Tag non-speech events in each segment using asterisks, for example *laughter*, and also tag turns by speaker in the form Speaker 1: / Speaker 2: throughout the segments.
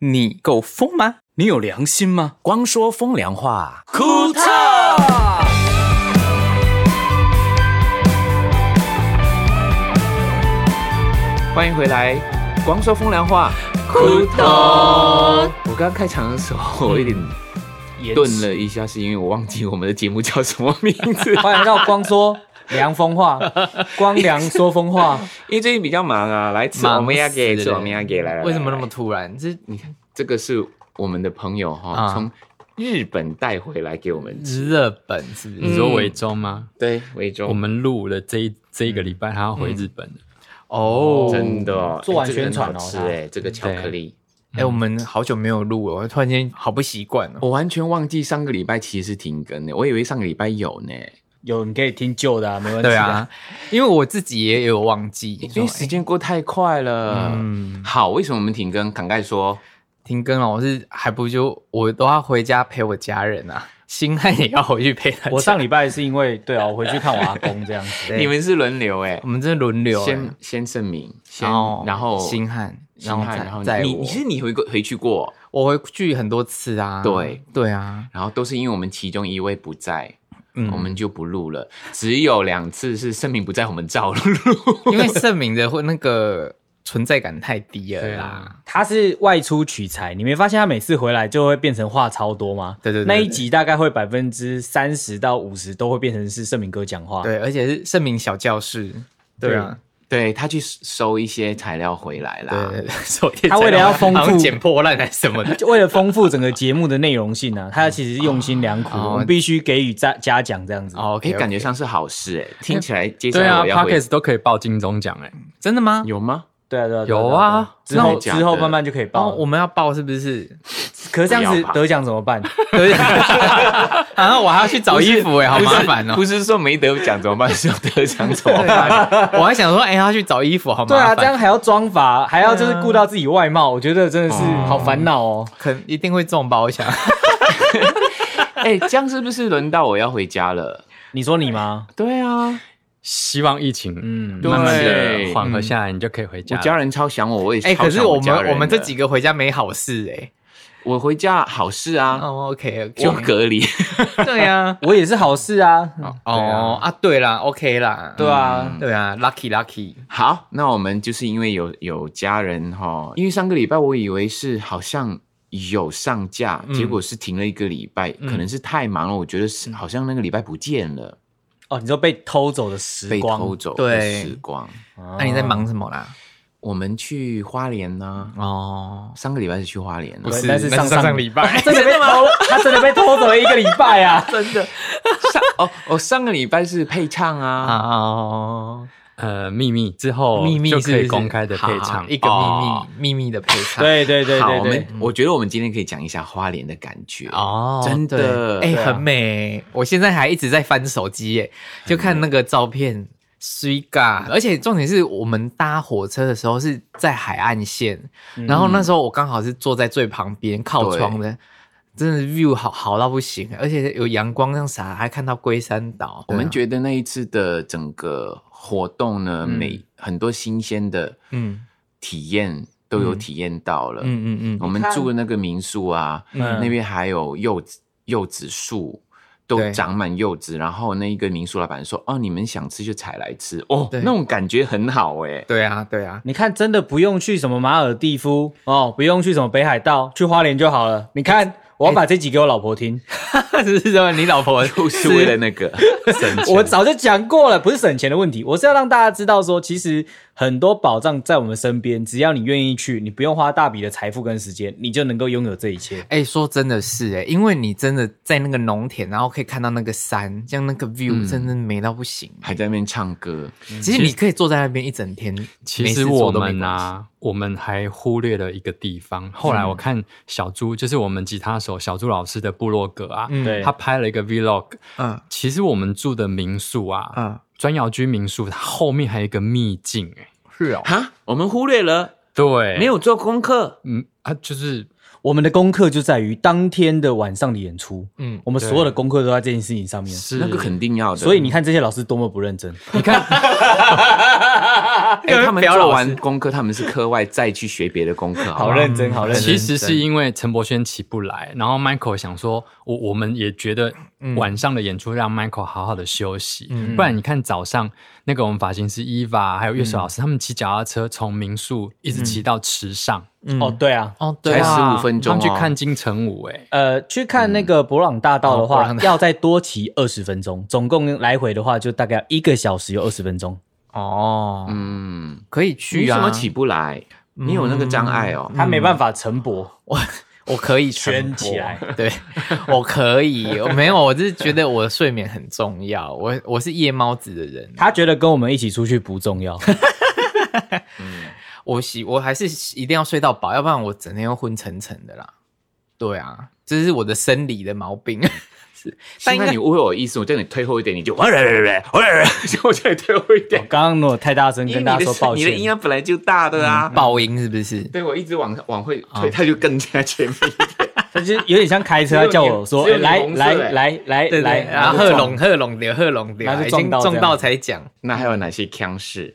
Speaker 1: 你够疯吗？你有良心吗？
Speaker 2: 光说风凉话，
Speaker 1: 库特，
Speaker 3: 欢迎回来，光说风凉话。
Speaker 1: 库特，
Speaker 3: 我刚开场的时候，我有点顿了一下，是因为我忘记我们的节目叫什么
Speaker 4: *laughs*
Speaker 3: 名字，
Speaker 2: 欢迎到光说凉风话，光凉说风话。
Speaker 3: 因为最近比较忙啊，来吃
Speaker 4: 忙
Speaker 3: 我们要给
Speaker 4: 死
Speaker 3: 吃
Speaker 4: 了
Speaker 3: 我们要给来来来
Speaker 4: 为什么那么突然？这
Speaker 3: 你看，这个是我们的朋友哈、
Speaker 4: 啊
Speaker 3: 从日本带回来给我们吃。
Speaker 4: 日本是不是？
Speaker 3: 嗯
Speaker 4: 你说伪装吗？
Speaker 3: 对，维
Speaker 5: 嗯
Speaker 3: 州，
Speaker 4: 我们录了这一这一个礼拜，他要回日本了。
Speaker 2: 哦
Speaker 5: 嗯
Speaker 3: 真的哦、
Speaker 2: 做完
Speaker 3: 哎这个
Speaker 2: 宣传哦
Speaker 3: 很好吃
Speaker 2: 他
Speaker 3: 哎、这个巧克力，
Speaker 4: 嗯
Speaker 5: 哎、我们好久没有录了，我突然间好不习惯哦。
Speaker 3: 我完全忘记上个礼拜其实是停更的，哎我以为上个礼拜有呢，
Speaker 2: 有你可以听旧的啊，没问题。
Speaker 5: 对，啊，因为我自己也有忘记，
Speaker 3: 因为
Speaker 5: 说哎
Speaker 3: 时间过太快了。
Speaker 5: 嗯
Speaker 3: 好，为什么我们停更？侃盖说，
Speaker 5: 停更了，我是还不就我都要回家陪我家人啊，星汉也要回去陪他家。
Speaker 2: 我上礼拜是因为对啊，我回去看我阿公这样子。
Speaker 5: 对
Speaker 3: 你们是轮流哎、
Speaker 5: 我们真的轮流、欸，
Speaker 3: 先先盛明，先
Speaker 5: 然后
Speaker 3: 然后
Speaker 5: 星汉，
Speaker 3: 星
Speaker 5: 然后
Speaker 3: 汉
Speaker 5: 再
Speaker 3: 然后
Speaker 5: 再
Speaker 3: 你，
Speaker 5: 我
Speaker 3: 你是你回过回去过，
Speaker 5: 我回去很多次啊。
Speaker 3: 对
Speaker 5: 对啊，
Speaker 3: 然后都是因为我们其中一位不在，
Speaker 5: 嗯
Speaker 3: 我们就不录了。只有两次是盛明不在，我们
Speaker 5: *laughs*
Speaker 3: 照录。
Speaker 5: 因为盛明的会那个存在感太低了
Speaker 4: 对
Speaker 5: 啦
Speaker 4: 啊。
Speaker 2: 他是外出取材，你没发现他每次回来就会变成话超多吗？
Speaker 5: 对对对
Speaker 2: 那一
Speaker 5: 对
Speaker 2: 集大概会百分之三十到五十都会变成是盛明哥讲话。
Speaker 5: 对，而且是盛明小教室。对啊，
Speaker 3: 对他去收一些材料回来啦。
Speaker 5: 对对对，所以
Speaker 2: 他为了要丰富
Speaker 5: 好像捡破烂还是什么的，
Speaker 2: *laughs* 就为了丰富整个节目的内容性呢、啊，他其实用心良苦，
Speaker 5: 哦
Speaker 2: 我们必须给予嘉嘉奖这样子。
Speaker 5: 哦，
Speaker 3: 哎、
Speaker 5: 可以
Speaker 3: 感觉上是好事哎、听起来接下
Speaker 4: 对
Speaker 3: 来
Speaker 4: 啊
Speaker 3: 我要回、
Speaker 4: ，Pockets 都可以报金钟奖哎，
Speaker 5: 嗯真的吗？
Speaker 3: 有吗？
Speaker 2: 对啊，对啊，对
Speaker 4: 有
Speaker 2: 对
Speaker 4: 啊
Speaker 2: 之后
Speaker 3: 真的假的
Speaker 2: 之后慢慢就可以报
Speaker 5: 哦，
Speaker 2: 了。
Speaker 5: 我们要报是不是？
Speaker 2: 可是这样
Speaker 3: 不
Speaker 2: 子
Speaker 3: 要吧
Speaker 2: 得奖怎么办？
Speaker 5: 对， *laughs* 然后我还要去找衣服哎，好麻烦哦
Speaker 3: 不。是说没得奖怎么办，是有得奖怎么
Speaker 5: *laughs* 对
Speaker 3: 办？
Speaker 5: 啊我还想说，哎，要去找衣服，好
Speaker 2: 对
Speaker 5: 麻
Speaker 2: 啊，
Speaker 5: 烦。啊
Speaker 2: 这样还要装法，还要就是顾到自己外貌，我觉得真的是
Speaker 5: 嗯
Speaker 2: 好烦恼哦。
Speaker 5: 肯一定会中吧？我想，
Speaker 3: 哎、这样是不是轮到我要回家了？
Speaker 2: 你说你吗？
Speaker 3: 对啊，
Speaker 4: 希望疫情
Speaker 2: 嗯
Speaker 4: 慢慢
Speaker 3: 对
Speaker 4: 的缓和下来，
Speaker 5: 嗯
Speaker 4: 你就可以回
Speaker 3: 我
Speaker 4: 家了。
Speaker 3: 家人超想我，我也
Speaker 5: 哎，
Speaker 3: 超
Speaker 5: 可是
Speaker 3: 想
Speaker 5: 我
Speaker 3: 家人
Speaker 5: 们我们
Speaker 3: 的
Speaker 5: 这几个回家没好事哎。
Speaker 3: 我回家好事啊，
Speaker 5: 哦，OK，
Speaker 3: 就隔离。
Speaker 5: 对啊，
Speaker 2: 我也是好事啊。
Speaker 5: 哦啊，对啦，OK 啦，
Speaker 2: 对啊，
Speaker 5: 对啊，lucky lucky，
Speaker 3: *laughs* 好，那我们就是因为有有家人哈，因为上个礼拜我以为是好像有上架，结果是停了一个礼拜，可能是太忙了，我觉得是好像那个礼拜不见了，
Speaker 2: 哦，你说被偷走的时
Speaker 3: 被
Speaker 2: 光，
Speaker 3: 偷走的
Speaker 5: 对
Speaker 3: 时光。
Speaker 2: 哦
Speaker 5: 那你在？忙什么啦？
Speaker 3: 我们去花莲呢、
Speaker 5: 哦，
Speaker 3: 上个礼拜是去花莲、啊，
Speaker 2: 对但是
Speaker 4: 那
Speaker 2: 上上
Speaker 4: 上礼拜
Speaker 2: 真的被偷了，他真的被偷走了一个礼拜啊！真的，
Speaker 3: 上哦哦，上个礼拜是配唱啊，
Speaker 5: *laughs* 哦，
Speaker 4: 呃秘密之后
Speaker 5: 秘密
Speaker 4: 就是
Speaker 5: 不
Speaker 4: 可以
Speaker 5: 是
Speaker 4: 公开的配
Speaker 5: 好好
Speaker 4: 唱
Speaker 5: 一个
Speaker 3: 哦
Speaker 5: 秘密秘密的配唱，
Speaker 2: 对对对
Speaker 3: 好，
Speaker 2: 对
Speaker 3: 我
Speaker 2: 对
Speaker 3: 们，我觉得我们今天可以讲一下花莲的感觉
Speaker 5: 哦，
Speaker 3: 真的
Speaker 5: 对哎、
Speaker 2: 对啊
Speaker 5: 很美、我现在还一直在翻手机耶，就看那个照片。水嘎，而且重点是我们搭火车的时候是在海岸线，然后那时候我刚好是坐在最旁边靠窗的，真的 view 好好到不行，而且有阳光这样洒，还看到龟山岛。啊
Speaker 3: 我们觉得那一次的整个活动呢，每很多新鲜的
Speaker 5: 嗯
Speaker 3: 体验都有体验到了。
Speaker 5: 嗯嗯嗯，
Speaker 3: 我们住的那个民宿啊，那边还有柚子柚子树。都
Speaker 5: 对
Speaker 3: 长满柚子，然后那一个民宿老板说：“哦，你们想吃就采来吃哦，
Speaker 5: 对
Speaker 3: 那种感觉很好哎、
Speaker 5: 对啊对啊，
Speaker 2: 你看，真的不用去什么马尔蒂夫哦，不用去什么北海道，去花莲就好了。你看，我要把这集给我老婆听。
Speaker 5: 哎 *laughs* 是不 *laughs* 是你老婆
Speaker 3: 就是为了那个省钱
Speaker 2: *laughs* 我早就讲过了，不是省钱的问题，我是要让大家知道说，其实很多宝藏在我们身边，只要你愿意去，你不用花大笔的财富跟时间，你就能够拥有这一切。
Speaker 5: 哎、说真的是哎、因为你真的在那个农田，然后可以看到那个山，这样那个 view 真的美到不行。
Speaker 3: 还在那边唱歌，
Speaker 5: 其实你可以坐在那边一整天，
Speaker 4: 其
Speaker 5: 没
Speaker 4: 实
Speaker 5: 事
Speaker 4: 我
Speaker 5: 做都没
Speaker 4: 们
Speaker 5: 关系，嗯
Speaker 4: 啊，我们还忽略了一个地方。后来我看小猪，就是我们吉他手小猪老师的部落格啊，
Speaker 5: 嗯
Speaker 2: 对
Speaker 4: 他拍了一个 vlog。
Speaker 5: 嗯
Speaker 4: 其实我们住的民宿啊，
Speaker 5: 嗯，
Speaker 4: 砖窑居民宿，它后面还有一个秘境、欸，
Speaker 5: 是哦，
Speaker 3: 哈，我们忽略了，
Speaker 4: 对，
Speaker 3: 没，有做功课，
Speaker 4: 嗯啊，就是
Speaker 2: 我们的功课就在于当天的晚上的演出，
Speaker 5: 嗯，
Speaker 2: 我们所有的功课都在这件事情上面。
Speaker 4: 是
Speaker 3: 那个肯定要的。
Speaker 2: *laughs* 所以你看这些老师多么不认真，
Speaker 4: 你看，
Speaker 3: 哎，他们
Speaker 2: 表
Speaker 3: 做
Speaker 2: 老
Speaker 3: 完
Speaker 2: 师
Speaker 3: 功课，他们是课外再去学别的功课，好
Speaker 2: 好
Speaker 3: 不好
Speaker 2: 认真，好认真。
Speaker 4: 其实是因为陈柏轩起不来，然后 Michael 想说，我我们也觉得
Speaker 5: 嗯
Speaker 4: 晚上的演出让 Michael 好好的休息，不然你看早上那个我们发型师 Eva 还有乐手
Speaker 5: 嗯
Speaker 4: 老师，他们骑脚踏车从民宿一直骑到池上，
Speaker 2: 哦，对啊，
Speaker 5: 哦，对
Speaker 3: 才
Speaker 5: 啊，
Speaker 3: 十五分钟
Speaker 4: 他
Speaker 3: 哦，
Speaker 4: 们去看金城武、哎，
Speaker 2: 呃，去看那个博朗大道的话，要再多骑二十分钟，总共来回的话就大概一个小时有二十分钟。
Speaker 5: 哦，
Speaker 3: 嗯，
Speaker 5: 可以
Speaker 3: 你
Speaker 5: 去
Speaker 3: 怎
Speaker 5: 啊
Speaker 3: 么。起不来？你有那个障碍哦，
Speaker 2: 他没办法晨勃，
Speaker 5: 我我可以
Speaker 2: 圈
Speaker 5: 晨勃
Speaker 2: 起来，
Speaker 5: 对，我可以，我 *laughs* 没有，我是觉得我的睡眠很重要，我我是夜猫子的人，
Speaker 2: 他觉得跟我们一起出去不重
Speaker 3: *laughs*
Speaker 2: 要。
Speaker 5: 我喜我还是一定要睡到饱，要不然我整天会昏沉沉的啦。对啊，这是我的生理的毛病。
Speaker 2: 嗯
Speaker 5: 是，
Speaker 3: 但
Speaker 5: 但应
Speaker 3: 那
Speaker 5: 该
Speaker 3: 你误会我意思，我叫你退后一点，你就哇啦啦啦啦哇啦啦啦， *laughs* 我叫你退后一
Speaker 2: 我 *laughs*
Speaker 3: 点，
Speaker 2: 刚刚如果太大声
Speaker 3: 因为
Speaker 2: 跟
Speaker 3: 你
Speaker 2: 大家说
Speaker 3: 的
Speaker 2: 抱
Speaker 3: 你
Speaker 2: 歉
Speaker 3: 的，音啊量本来就大的啊。
Speaker 5: 爆音是不是？
Speaker 3: 对，我一直往往会推，他就跟在前面。 *laughs*
Speaker 2: 他就是有点像开车，他
Speaker 3: 只有你
Speaker 2: 叫我说
Speaker 3: 只有
Speaker 2: 哎
Speaker 3: 你
Speaker 2: 来
Speaker 3: 红色
Speaker 2: 来
Speaker 3: 哎
Speaker 2: 来来
Speaker 5: 对
Speaker 2: 来
Speaker 5: 对，，然后
Speaker 2: 就
Speaker 5: 贺
Speaker 2: 撞
Speaker 5: 龙啊贺龙的贺龙的
Speaker 2: 然
Speaker 5: 啊，
Speaker 2: 后
Speaker 5: 已
Speaker 2: 就撞
Speaker 5: 经
Speaker 2: 到这
Speaker 5: 撞
Speaker 2: 样
Speaker 5: 到才讲。
Speaker 3: 那还有哪些腔势？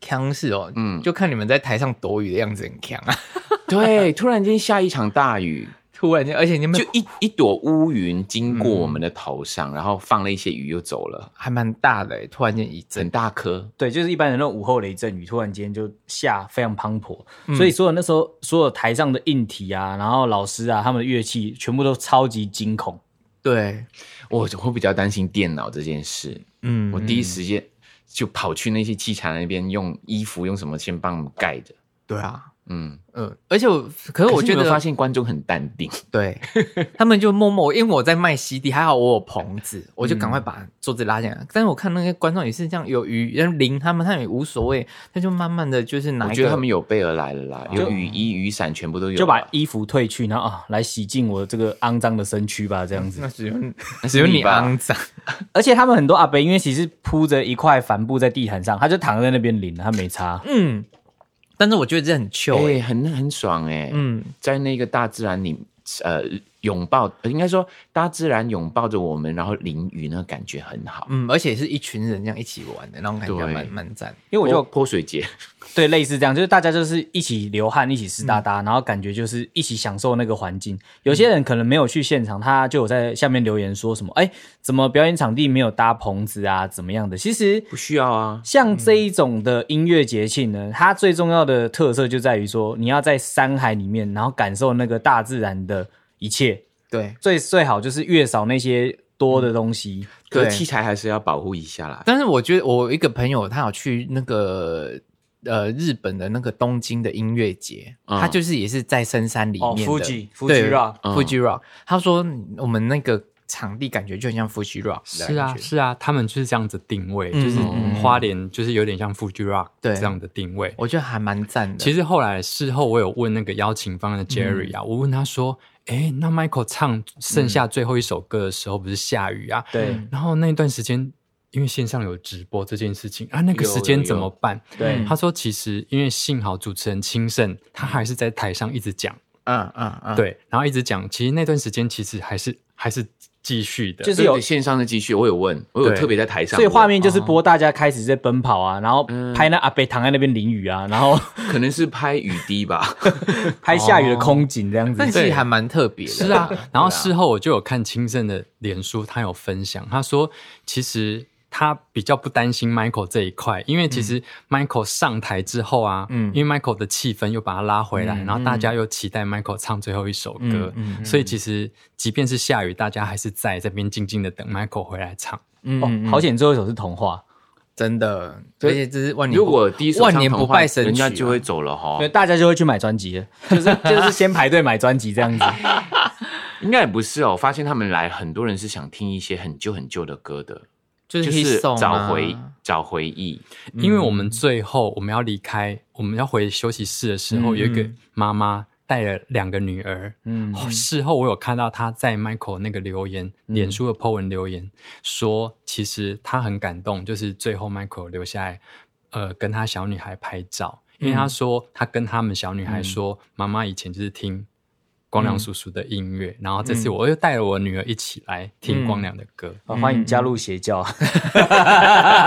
Speaker 5: 腔是哦，嗯，
Speaker 3: 嗯
Speaker 5: 就看你们在台上躲雨的样子很强啊！ *laughs*
Speaker 3: 对，突然间下一场大雨，
Speaker 5: 突然间，而且你
Speaker 3: *laughs*
Speaker 5: 们
Speaker 3: 就一一朵乌云经过我们的头上，然后放了一些雨又走了，
Speaker 5: 还蛮大的欸，突然间一
Speaker 3: 很
Speaker 5: 阵，
Speaker 3: 大颗。
Speaker 2: 对，就是一般的那种午后雷阵雨，突然间就下非常磅礴，
Speaker 3: 嗯
Speaker 2: 所以所有那时候所有台上的硬体啊，然后老师啊，他们的乐器全部都超级惊恐。
Speaker 5: 对，
Speaker 3: 我会比较担心电脑这件事，
Speaker 5: 嗯，
Speaker 3: 我第一时间就跑去那些器材那边，用衣服用什么先帮我们盖着。
Speaker 5: 对啊，
Speaker 3: 嗯，
Speaker 5: 嗯，而且我，可是
Speaker 3: 可
Speaker 5: 我
Speaker 3: 是
Speaker 5: 觉
Speaker 3: 你有没有
Speaker 5: 得
Speaker 3: 发现观众很淡定，
Speaker 5: 对 *laughs* 他们就默默，因为我在卖 CD，还好我有棚子，
Speaker 3: 嗯
Speaker 5: 我就赶快把桌子拉进来。但是我看那些观众也是这样，有鱼，人淋他们，他们也无所谓，他就慢慢的就是拿一
Speaker 3: 我
Speaker 5: 个，
Speaker 3: 觉得他们有备而来了啦，有雨衣、雨伞全部都有了，啊
Speaker 2: 就把衣服褪去，然后啊，来洗净我这个肮脏的身躯吧，这样
Speaker 3: 嗯
Speaker 2: 子。
Speaker 5: 那只有
Speaker 3: 那是
Speaker 5: 只有你
Speaker 3: 吧
Speaker 5: 肮脏，
Speaker 2: *laughs* 而且他们很多阿伯，因为其实铺着一块帆布在地毯上，他就躺在那边淋，他没擦。
Speaker 5: 嗯，但是我觉得这很糗、欸，
Speaker 3: 哎、很很爽哎、
Speaker 5: 嗯，
Speaker 3: 在那个大自然里，呃，拥抱，呃应该说大自然拥抱着我们，然后淋雨，那个感觉很好。
Speaker 5: 嗯，而且是一群人这样一起玩的那种感觉，
Speaker 3: 对
Speaker 5: 蛮蛮赞。
Speaker 2: 因为嗯我
Speaker 3: 泼
Speaker 2: 就
Speaker 3: 泼水节，
Speaker 2: 对类似这样，就是大家就是一起流汗，一起湿哒哒，然后感觉就是一起享受那个环境。有些人可能没有去现场，他就有在下面留言说什么：“哎，怎么表演场地没有搭棚子啊？怎么样的？”其实
Speaker 3: 不需要啊，
Speaker 2: 像这一种的音乐节庆呢，它最重要的特色就在于说，你要在山海里面，然后感受那个大自然的一切。
Speaker 5: 对，
Speaker 2: 最最好就是越少那些多的东西。
Speaker 3: *laughs* 可
Speaker 5: 对
Speaker 3: 是器材还是要保护一下啦。
Speaker 5: 但是我觉得我有一个朋友，他有去那个呃日本的那个东京的音乐节，
Speaker 3: 嗯
Speaker 5: 他就是也是在深山里面的、
Speaker 2: 哦，Fuji- Fuji
Speaker 5: 对
Speaker 2: Rock
Speaker 5: Fuji Rock，他说我们那个场地感觉就很像 Fuji Rock，的
Speaker 4: 是啊
Speaker 5: 感觉
Speaker 4: 是啊，他们就是这样子定位，
Speaker 5: 嗯
Speaker 4: 就是
Speaker 5: 嗯
Speaker 4: 花莲就是有点像 Fuji Rock
Speaker 5: 对
Speaker 4: 这样的定位。
Speaker 5: 我觉得还蛮赞的。
Speaker 4: 其实后来事后我有问那个邀请方
Speaker 5: 嗯
Speaker 4: 的 Jerry 啊，我问他说：“哎，那 Michael 唱剩下最后一首歌的时候，不是下雨啊？
Speaker 2: 对、
Speaker 5: 嗯
Speaker 4: 然后那一段时间，因为线上有直播这件事情啊，那个
Speaker 3: 有
Speaker 4: 时间
Speaker 3: 有
Speaker 4: 怎
Speaker 3: 有嗯
Speaker 4: 么办？
Speaker 2: 对，
Speaker 4: 他说，其实因为幸好主持人清盛，他还是在台上一直讲，
Speaker 5: 嗯嗯嗯，
Speaker 4: 对，然后一直讲，其实那段时间其实还是还是继续的，
Speaker 2: 就
Speaker 4: 就是
Speaker 2: 有
Speaker 3: 对。线上的继续，我有问，我有
Speaker 4: 对
Speaker 3: 特别在台上
Speaker 2: 所
Speaker 3: 问，
Speaker 2: 以画面就是播大家开始在奔跑啊，然后拍那阿北躺在那边淋雨啊，然后
Speaker 3: 可能是拍雨滴吧。
Speaker 2: 拍下雨的空景这样子
Speaker 5: 但。其实还蛮特别的。
Speaker 4: 是
Speaker 3: *laughs*
Speaker 5: *laughs*
Speaker 4: 啊。然后事后我就有看清盛的脸书，他有分享，他说其实。他比较不担心 Michael 这一块，因为其实 Michael 上台之后啊，
Speaker 5: 嗯
Speaker 4: 因为 Michael 的气氛又把他拉回来，
Speaker 5: 嗯
Speaker 4: 然后大家又期待 Michael 唱最后一首歌，
Speaker 5: 嗯嗯嗯
Speaker 4: 所以其实即便是下雨，大家还是在这边静静的等 Michael 回来唱。
Speaker 5: 嗯，嗯
Speaker 2: 哦，好险，最后一首是童话。
Speaker 5: 真的，而且这是万年不
Speaker 3: 如果第一首
Speaker 5: 嗯万
Speaker 3: 唱
Speaker 5: 年
Speaker 3: 童
Speaker 5: 不
Speaker 3: 话
Speaker 5: 败神曲啊，
Speaker 3: 人家就会走了哈
Speaker 2: 对，。大家就会去买专辑了，哦 *laughs* 嗯就是就是先排队买专辑这样 *laughs* 子。
Speaker 3: 应该也不是哦，我发现他们来很多人是想听一些很旧很旧的歌的，
Speaker 5: 就
Speaker 3: 就是
Speaker 5: hit
Speaker 3: 是
Speaker 5: song 啊
Speaker 3: 找回找回忆。
Speaker 5: 嗯
Speaker 4: 因为我们最后我们要离开，我们要回休息室的时候，
Speaker 5: 嗯
Speaker 4: 有一个妈妈带了两个女儿。
Speaker 2: 嗯，
Speaker 4: 哦事后我有看到她在 Michael 那个留言，
Speaker 5: 嗯
Speaker 4: 脸书的 po 文留言说，其实她很感动，就是最后 Michael 留下来，呃，跟他小女
Speaker 5: 嗯
Speaker 4: 孩拍照，因为他说他跟他们小女孩说，妈妈以前就是听光良叔叔的音
Speaker 5: 嗯
Speaker 4: 乐，然后这次我又带了我女儿一起来听光良的歌。
Speaker 2: 啊欢迎加入邪教。 *laughs*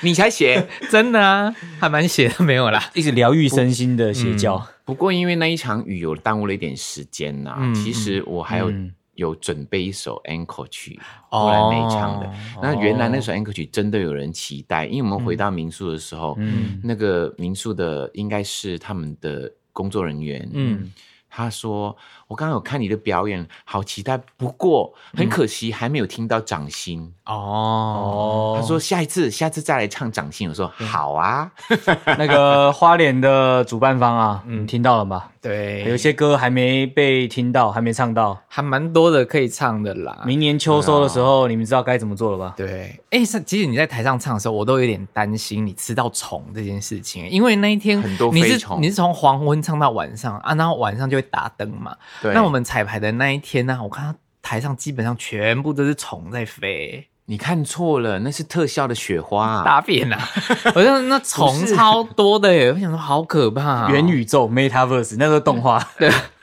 Speaker 3: 你才
Speaker 5: *laughs*
Speaker 3: 写。
Speaker 5: 真的啊，还蛮写的没有啦。
Speaker 2: 一直疗愈身心的邪教。
Speaker 3: 不过因为那一场雨有耽误了一点时间呐、
Speaker 5: 嗯
Speaker 3: 其实我还有、有准备一首 anchor 曲，
Speaker 5: 哦
Speaker 3: 后来那一场的。
Speaker 2: 嗯
Speaker 5: 嗯
Speaker 3: 那原来
Speaker 2: 哦
Speaker 3: 那首 anchor 曲真的有人期待，因为我们回到民宿的时候，
Speaker 2: 嗯
Speaker 3: 那个民宿的应该是他们的工作人员，
Speaker 2: 嗯
Speaker 3: 他说：“我刚刚有看你的表演，好期待，不过
Speaker 5: 嗯
Speaker 3: 很可惜还没有听到掌心。
Speaker 5: 哦，
Speaker 2: 哦
Speaker 3: 他说：“下一次，下次再来唱掌心。”我说：“好啊。
Speaker 2: 那个花莲的主办方啊，你听到了吧？
Speaker 5: 对，
Speaker 2: 有一些歌还没被听到，还没唱到。
Speaker 5: 还蛮多的可以唱的啦。
Speaker 2: 明年秋收的时候，你们知道该怎么做了吧？
Speaker 5: 对，哎、是其实你在台上唱的时候，我都有点担心你吃到虫这件事情，因为那一天
Speaker 3: 很多
Speaker 5: 你
Speaker 3: 飞
Speaker 5: 是
Speaker 3: 虫
Speaker 5: 你是从黄昏唱到晚上啊，然后晚上就会打灯嘛。
Speaker 3: 对
Speaker 5: 那我们彩排的那一天呢、啊我看到台上基本上全部都是虫在飞，”
Speaker 3: 你看错了，那是特效的雪花、
Speaker 5: 大
Speaker 3: *laughs*
Speaker 5: 便啊！我就那虫超多的耶，我想说好可怕、啊
Speaker 3: *laughs*
Speaker 2: 元，宇宙 （Metaverse） 那时候动画，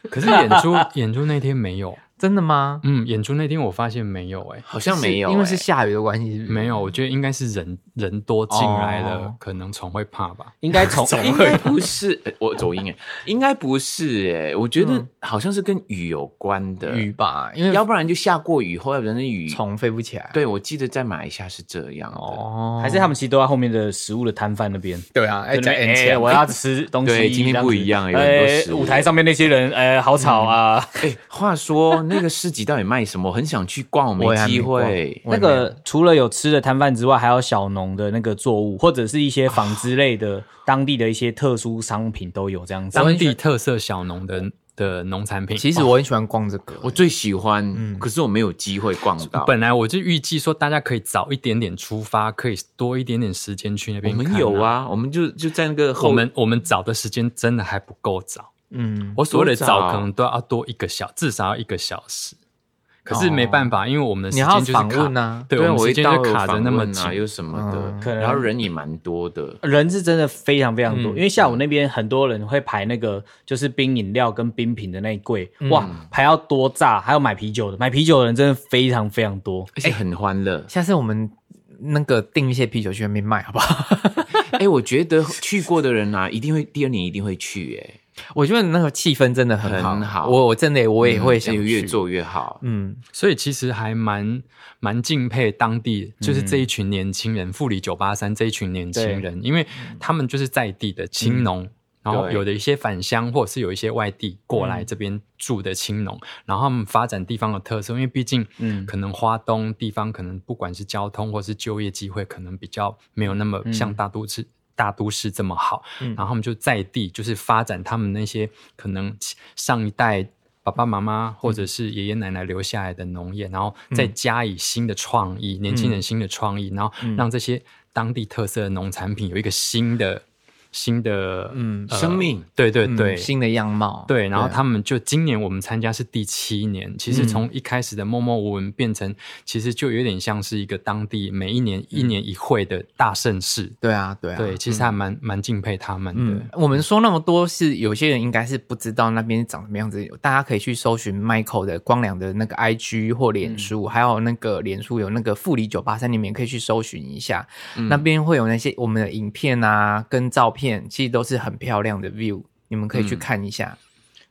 Speaker 4: 可是演
Speaker 5: *laughs*
Speaker 4: 出演出那天没有，
Speaker 5: 真的吗？
Speaker 4: 嗯，演出那天我发现没有、哎，
Speaker 3: 好像没有、
Speaker 5: 是因为
Speaker 3: 欸
Speaker 5: 是下雨的关系，是不是
Speaker 4: 没有，我觉得应该是人人多进来了，
Speaker 5: 哦
Speaker 4: 可能虫会怕吧。
Speaker 2: 应该
Speaker 3: *laughs*
Speaker 2: 从
Speaker 3: 应该不是，呃我走音哎，应该不是哎、我觉得好像是跟雨有关的，
Speaker 5: 嗯雨吧，因为
Speaker 3: 要不然就下过雨，后来人的雨。
Speaker 5: 虫飞不起来。
Speaker 3: 对，我记得在马来西亚是这样的。
Speaker 5: 哦，
Speaker 2: 还是他们其实都在后面的食物的摊贩那边。
Speaker 5: 对啊，哎，
Speaker 2: 在
Speaker 5: 讲
Speaker 2: 那边
Speaker 5: N
Speaker 2: 哎，
Speaker 5: 强，
Speaker 2: 我要吃东西。
Speaker 3: 对今天
Speaker 2: 这子
Speaker 3: 不一样有很多
Speaker 2: 哎
Speaker 3: 食物
Speaker 2: 舞台上面那些人，哎，好吵啊！
Speaker 3: 哎、话说那个市集到底卖什么？我很想去逛，我
Speaker 5: 我
Speaker 3: 没
Speaker 5: 也还没
Speaker 3: 机会。
Speaker 5: 我
Speaker 2: 那
Speaker 5: 也没有
Speaker 2: 个除了有吃的摊贩之外，还有小农的那个作物，或者是一些纺织类的、当地的一些特殊商品都有这样子。
Speaker 4: 当地特色小农的的农产品。
Speaker 5: 其实我很喜欢逛这个，
Speaker 3: 我最喜欢，可是我没有机会逛到。
Speaker 4: 本来我就预计说大家可以早一点点出发，可以多一点点时间去那
Speaker 3: 我
Speaker 4: 边、
Speaker 3: 们有，啊，我们就就在那个后
Speaker 4: 我们我们找的时间真的还不够早。
Speaker 5: 嗯，
Speaker 4: 我所谓的
Speaker 3: 多
Speaker 4: 早，
Speaker 3: 早
Speaker 4: 可能都要多一个小，至少要一个小时。可是没办法，因为我们的
Speaker 5: 哦
Speaker 4: 时
Speaker 5: 你还要
Speaker 4: 间就是卡
Speaker 5: 访问啊
Speaker 4: 对，
Speaker 3: 对啊，
Speaker 4: 我们
Speaker 3: 我
Speaker 4: 时
Speaker 3: 一
Speaker 4: 间
Speaker 3: 到
Speaker 4: 就卡着那么紧
Speaker 3: 啊，。又什么的，
Speaker 5: 嗯
Speaker 2: 可能
Speaker 3: 然后人也蛮多的。
Speaker 2: 人是真的非常非常多，
Speaker 5: 嗯
Speaker 2: 因为下午那边很多人会排那个就是冰饮料跟冰品的那一柜，哇，排要多炸，还有买啤酒的，买啤酒的人真的非常非常多。
Speaker 3: 而且哎很欢
Speaker 5: *laughs*
Speaker 3: 乐，
Speaker 5: 下次我们那个订一些啤酒去那边卖，好不好？ *laughs*
Speaker 3: 哎、我觉得去过的人啊，一定会第二年一定会去、哎，
Speaker 5: 我觉得那个气氛真的很好，
Speaker 3: 很好
Speaker 5: 我我真的我也会想
Speaker 3: 嗯
Speaker 5: 去
Speaker 3: 越，做越好。
Speaker 5: 嗯，
Speaker 4: 所以其实还蛮蛮敬佩当地，就是这一群年轻人，富里九八三这一群年轻人，因为他们就是在地的青农。然后
Speaker 3: 对
Speaker 4: 有的一些返乡，或者是有一些外地过来这边住的青农，然后他们发展地方的特色，因为毕竟，嗯，可能花东地方可能不管是交通或是就业机会，可能比较没有那么像大都市、大都市这么好，
Speaker 5: 嗯
Speaker 4: 然后他们就在地就是发展他们那些可能上一代爸爸妈妈或
Speaker 5: 嗯
Speaker 4: 者是爷爷奶奶留下来的农业，然后再加以新的创意，年
Speaker 5: 嗯
Speaker 4: 轻人新的创意，然后让这些当地特色的农产品有一个新的新的
Speaker 5: 嗯
Speaker 3: 生命
Speaker 4: 对对对。
Speaker 5: 嗯新的样貌，
Speaker 4: 对，然后他们就今年我们参加是第七年，其实
Speaker 5: 嗯
Speaker 4: 从一开始的默默无闻变成，其实就有点像是一个当地每一年一年一会的大盛事。
Speaker 5: 对啊，嗯对啊，
Speaker 4: 对，其实还蛮蛮敬佩他们的。
Speaker 5: 嗯，我们说那么多是有些人应该是不知道那边长什么样子，大家可以去搜寻 Michael 的光良的那个 IG 或脸书，还有那个脸书有那个富里九八三，你们也可以去搜寻一下，那边会有那些我们的影片啊跟照片，其实都是很漂亮的 view，你们可以去看一下。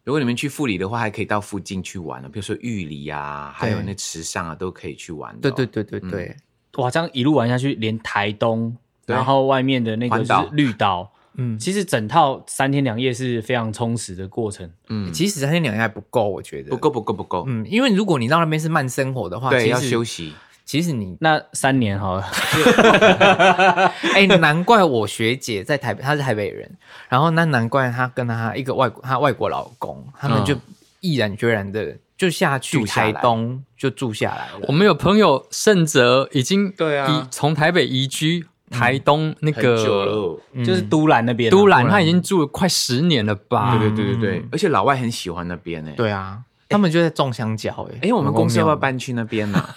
Speaker 3: 如果你们去富里的话，还可以到附近去玩了，比如说玉里啊，还有那池上啊，都可以去玩的
Speaker 5: 对
Speaker 3: 哦、
Speaker 5: 对对对对，
Speaker 2: 哇，这样一路玩下去，连台东，
Speaker 3: 对
Speaker 2: 然后外面的那个
Speaker 3: 环
Speaker 2: 是
Speaker 3: 岛
Speaker 2: 绿岛，
Speaker 5: 嗯，
Speaker 2: 其实整套三天两夜是非常充实的过程。
Speaker 3: 嗯，
Speaker 5: 其实三天两夜还不够，我觉得
Speaker 3: 不够，不够不够，
Speaker 5: 嗯，因为如果你到那边是慢生活的话，
Speaker 3: 对，
Speaker 5: 其
Speaker 3: 要
Speaker 5: 实
Speaker 3: 休。息。
Speaker 5: 其实你
Speaker 2: 那三年好了，
Speaker 5: 哎、难怪我学姐在台北，她是台北人，然后那难怪她跟她一个外国，她外国老公，他们就毅然决然的就嗯下去
Speaker 3: 住下来
Speaker 5: 台东就住下来了。
Speaker 4: 我们有朋友盛泽已经
Speaker 3: 对啊
Speaker 4: 移从台北移居台东那
Speaker 3: 很久了
Speaker 4: 个
Speaker 3: 哦
Speaker 2: 就是都兰那边啊，
Speaker 4: 都兰，他已经住了快十年了吧？
Speaker 3: 对对对对对，而且老外很喜欢那边哎。
Speaker 5: 对啊，他们就在种香蕉、哎、
Speaker 3: 哎，我们公司要
Speaker 5: 有
Speaker 3: 不要
Speaker 5: 没有，
Speaker 3: 搬去那边呢、 *laughs* 啊？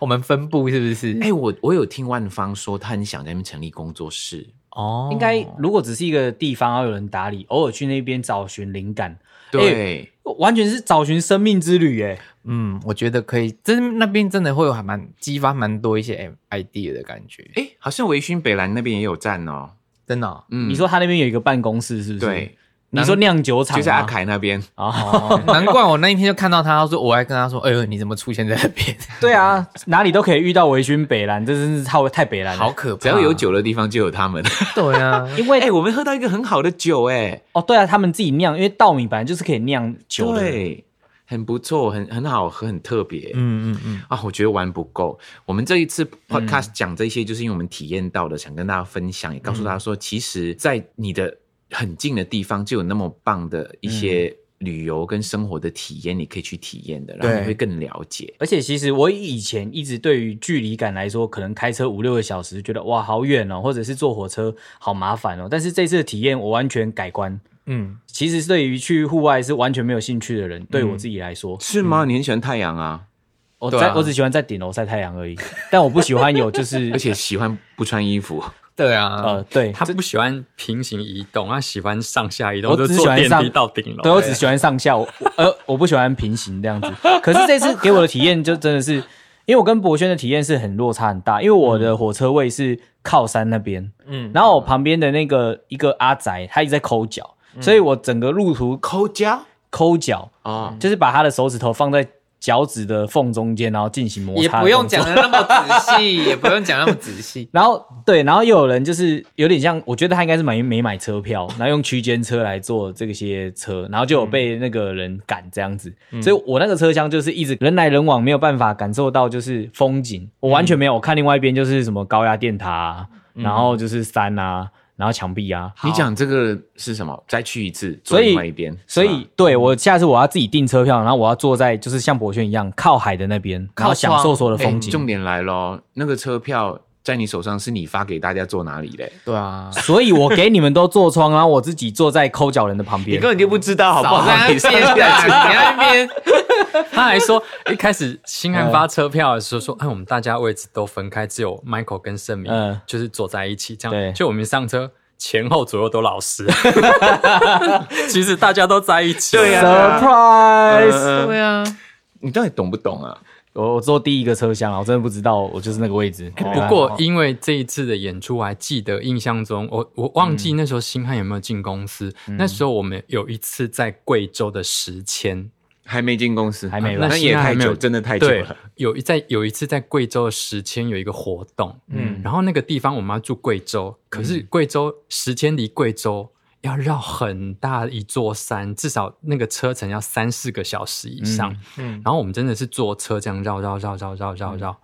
Speaker 5: 我们分部是不是？
Speaker 3: 哎，我我有听万芳说，她很想在那边成立工作室。
Speaker 5: 哦
Speaker 2: 应该如果只是一个地方要有人打理，偶尔去那边找寻灵感。哎
Speaker 3: 对，
Speaker 2: 我完全是找寻生命之旅耶。
Speaker 5: 嗯，我觉得可以，真那边真的会有还蛮激发蛮多一些 idea 的感觉，
Speaker 3: 哎，好像维勋北兰那边也有站哦。
Speaker 5: 真的哦、
Speaker 3: 嗯，
Speaker 2: 你说他那边有一个办公室是不是？
Speaker 3: 对，，
Speaker 2: 你说酿酒厂吗
Speaker 3: 就是阿凯那边。
Speaker 2: 啊，
Speaker 5: *laughs* 难怪我那一天就看到他，他说我还跟他说，哎呦，你怎么出现在那边？
Speaker 2: 对啊，哪里都可以遇到维醺北兰，这真是太太北兰了。
Speaker 5: 好可
Speaker 3: *laughs*
Speaker 5: 怕！
Speaker 3: 只要有，酒的地方就有他们，
Speaker 5: 对啊，
Speaker 3: 因 *laughs* 为哎、我们喝到一个很好的酒、哎，
Speaker 2: 哦，对啊，他们自己酿，因为稻米本来就是可以酿酒的。
Speaker 3: 对，很不错，很很好喝，很特别、
Speaker 5: *laughs* 嗯嗯嗯，
Speaker 3: 啊！我觉得玩不够，我们这一次 podcast 讲这些，就是因为我们体验到的，想跟大家分享，也告诉大家说，其实，在你的很近的地方就有那么棒的一些旅游跟生活的体验，你可以去体验的，然后
Speaker 5: 对
Speaker 3: 你会更了解。
Speaker 2: 而且其实我以前一直对于距离感来说，可能开车五六个小时，觉得哇好远哦，或者是坐火车好麻烦哦。但是这次的体验，我完全改观。
Speaker 5: 嗯，
Speaker 2: 其实对于去户外是完全没有兴趣的人，对我自己来说，
Speaker 3: 是吗？你很喜欢太阳啊，
Speaker 2: 我
Speaker 5: 对
Speaker 2: 在、
Speaker 5: 啊
Speaker 2: 我只喜欢在顶楼晒太阳而已，但我不喜欢有就是
Speaker 3: 而且喜欢不穿衣服。
Speaker 5: 对啊，
Speaker 2: 呃对。
Speaker 4: 他不喜欢平行移动，他喜欢上下移动，
Speaker 2: 我
Speaker 4: 就
Speaker 2: 只喜
Speaker 4: 坐
Speaker 2: 欢
Speaker 4: 电
Speaker 2: 上
Speaker 4: 梯到顶楼。
Speaker 2: 对，我只喜欢上下，我我呃，我不喜欢平行这样子。可是这次给我的体验就真的是，因为我跟博轩的体验是很落差很大，因为我
Speaker 4: 嗯
Speaker 2: 的火车位是靠山那边，嗯，然后我旁边的那个一个阿宅，他一直在抠脚，
Speaker 4: 嗯
Speaker 2: 所以我整个路途
Speaker 3: 抠脚
Speaker 2: 抠脚，
Speaker 3: *laughs* 哦，
Speaker 2: 就是把他的手指头放在脚趾的缝中间，然后进行摩擦，。
Speaker 5: 也不用讲。的那么仔细，也不用讲那么仔细
Speaker 2: 然后对，然后又有人就是有点像，我觉得他应该是买没买车票， *laughs* 然后用区间车来坐这些车，然后就有被那个人赶这样子，
Speaker 3: 嗯
Speaker 2: 所以我那个车厢就是一直人来人往，没有办法感受到就是风景，
Speaker 3: 嗯
Speaker 2: 我完全没有。我看另外一边就是什么高压电塔、啊，然后就是山啊，然后墙壁啊，
Speaker 3: 你讲这个是什么？再去一次，
Speaker 2: 所
Speaker 3: 坐
Speaker 2: 以
Speaker 3: 另外一边，
Speaker 2: 所
Speaker 3: 是啊吧
Speaker 2: 以对我下次我要自己订车票，然后我要坐在就是像博轩一样靠海的那边，然后享受所有的
Speaker 3: 哎
Speaker 2: 风景。
Speaker 3: 重点来咯，那个车票在你手上是你发给大家坐哪里嘞？
Speaker 5: *laughs* 对啊，
Speaker 2: 所以，我给你们都坐窗，然后我自己坐在抠脚人的旁边。
Speaker 3: 本就不知道好
Speaker 5: 早在那边，你在那边，
Speaker 4: 他还说，一开始新汉发车票的时候说，哎，我们大家位置都分开，只有 Michael 跟盛明
Speaker 2: 嗯
Speaker 4: 就是坐在一起，这
Speaker 2: 对
Speaker 4: 样。就我们上车前后左右都老师， *laughs* 其实大家都在一起。
Speaker 3: 对嗯啊
Speaker 2: Surprise！、
Speaker 5: 对啊，
Speaker 3: 呃你到底懂不懂啊？
Speaker 2: 我我坐第一个车厢啊，我真的不知道，我就是那个位置。
Speaker 3: 哦
Speaker 2: 哎
Speaker 4: 不过因为这一次的演出，我还记得印象中，我我忘记那时候星汉有没有进公司。
Speaker 3: 嗯
Speaker 4: 那时候我们有一次在贵州的石阡，
Speaker 3: 还没进公司，啊
Speaker 2: 还没吧
Speaker 3: 那也太久，真的太久
Speaker 4: 对
Speaker 3: 了。，
Speaker 4: 有一在有一次在贵州的石阡有一个活动，嗯，然后那个地方我们要住贵州，可是
Speaker 3: 嗯
Speaker 4: 贵州石阡离贵州要绕很大一座山，至少那个车程要三四个小时以上，嗯，然后我们真的是坐车这样绕绕绕绕绕绕绕，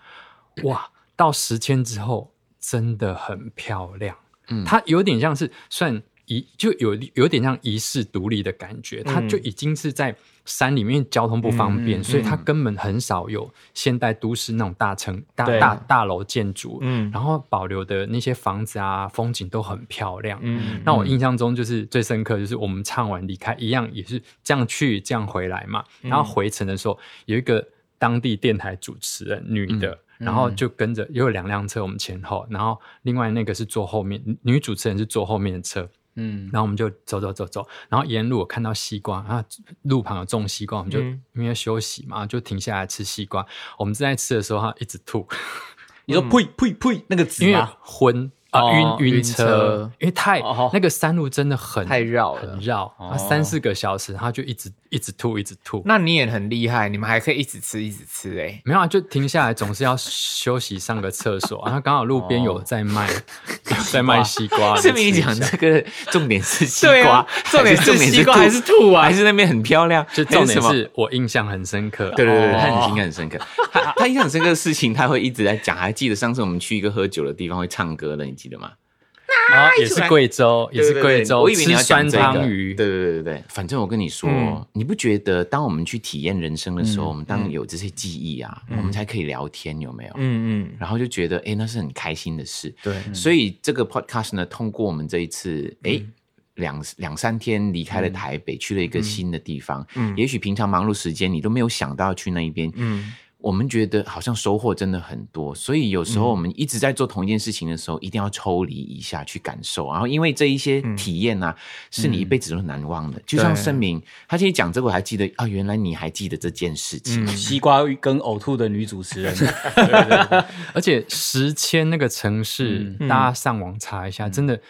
Speaker 4: 哇，到石阡之后真的很漂亮，嗯，它有点像是算。遗就有有点像遗世独立的感觉，它就已经是在山里面交通不方便，所以它根本很少有现代都市那种大城大
Speaker 2: 对
Speaker 4: 大大楼建筑，
Speaker 5: 嗯
Speaker 4: 然后保留的那些房子啊，风景都很漂亮。
Speaker 5: 嗯
Speaker 4: 那我印象中就是最深刻，就是我们唱完离开一样也是这样去这样回来嘛，然后回程的时候有一个当地电台主持人女的。然后就跟着，也有两辆车，我们前后，然后另外那个是坐后面，女主持人是坐后面的车，
Speaker 2: 嗯，
Speaker 4: 然后我们就走走走走，然后沿路我看到西瓜啊，路旁有种西瓜，我们就因为休息嘛，就停下来吃西瓜。我们正在吃的时候，他一直吐，
Speaker 2: 你说
Speaker 3: 嗯
Speaker 2: 呸呸呸，那个字
Speaker 4: 因为
Speaker 2: 吗？
Speaker 4: 昏啊、
Speaker 5: 哦
Speaker 4: 晕
Speaker 5: 晕
Speaker 4: 晕
Speaker 5: 车
Speaker 4: 车，因为太、
Speaker 2: 哦
Speaker 4: 那个山路真的很
Speaker 5: 太绕
Speaker 4: 很
Speaker 5: 了。
Speaker 4: 绕，
Speaker 3: 哦
Speaker 4: 啊三四个小时，他就一直一直吐，一直吐。
Speaker 5: 那你也很厉害，你们还可以一直吃，一直吃、欸，
Speaker 4: 没有啊，就停下来，总是要休息上个
Speaker 3: *laughs*
Speaker 4: 厕所。啊然后刚好路边有在卖，
Speaker 3: 哦
Speaker 4: 有在卖西瓜。
Speaker 3: 这边
Speaker 4: 就吃
Speaker 3: 讲
Speaker 4: 一
Speaker 3: 这
Speaker 4: 下
Speaker 3: 个重点是西
Speaker 5: 对
Speaker 3: 瓜
Speaker 5: 啊，重点是西瓜还是
Speaker 3: 兔啊？还是那边很漂亮？
Speaker 4: 就重
Speaker 3: 还
Speaker 4: 点
Speaker 3: 什么哦
Speaker 4: 是我印象很深刻。哦
Speaker 3: 对对对，对他很情感很深刻。他他印象很深刻的事情，他会一直在讲。还记得上次我们去一个喝酒的地方会唱歌的，你记得吗？
Speaker 4: 然后也是贵州，也是
Speaker 3: 对对对
Speaker 4: 贵州，
Speaker 3: 我以为你
Speaker 4: 吃
Speaker 3: 要讲
Speaker 4: 酸
Speaker 3: 这个
Speaker 4: 汤鱼。
Speaker 3: 对对对对嗯对，反正我跟你说，你不觉得当我们去体验人生的时候，我们当有这些记忆啊，我们才可以聊天，有没有？
Speaker 5: 嗯嗯，
Speaker 3: 然后就觉得，哎，那是很开心的事。
Speaker 5: 对，
Speaker 3: 所以这个 podcast 呢，通过我们这一次，哎。两两三天离开了台北，去了一个新的地方。嗯，也许平常忙碌时间你都没有想到去那一边。嗯，我们觉得好像收获真的很多，所以有时候我们一直在做同一件事情的时候，一定要抽离一下去感受。然后，因为这一些体验呢、啊，是你一辈子都难忘的。就像盛明，他其实讲这个，我还记得啊，原来你还记得这件事情。
Speaker 2: 西瓜跟呕吐的女主
Speaker 3: *laughs*
Speaker 2: 持人，
Speaker 4: 而且石阡那个城市，
Speaker 3: 嗯
Speaker 4: 大家上网查一下，真的，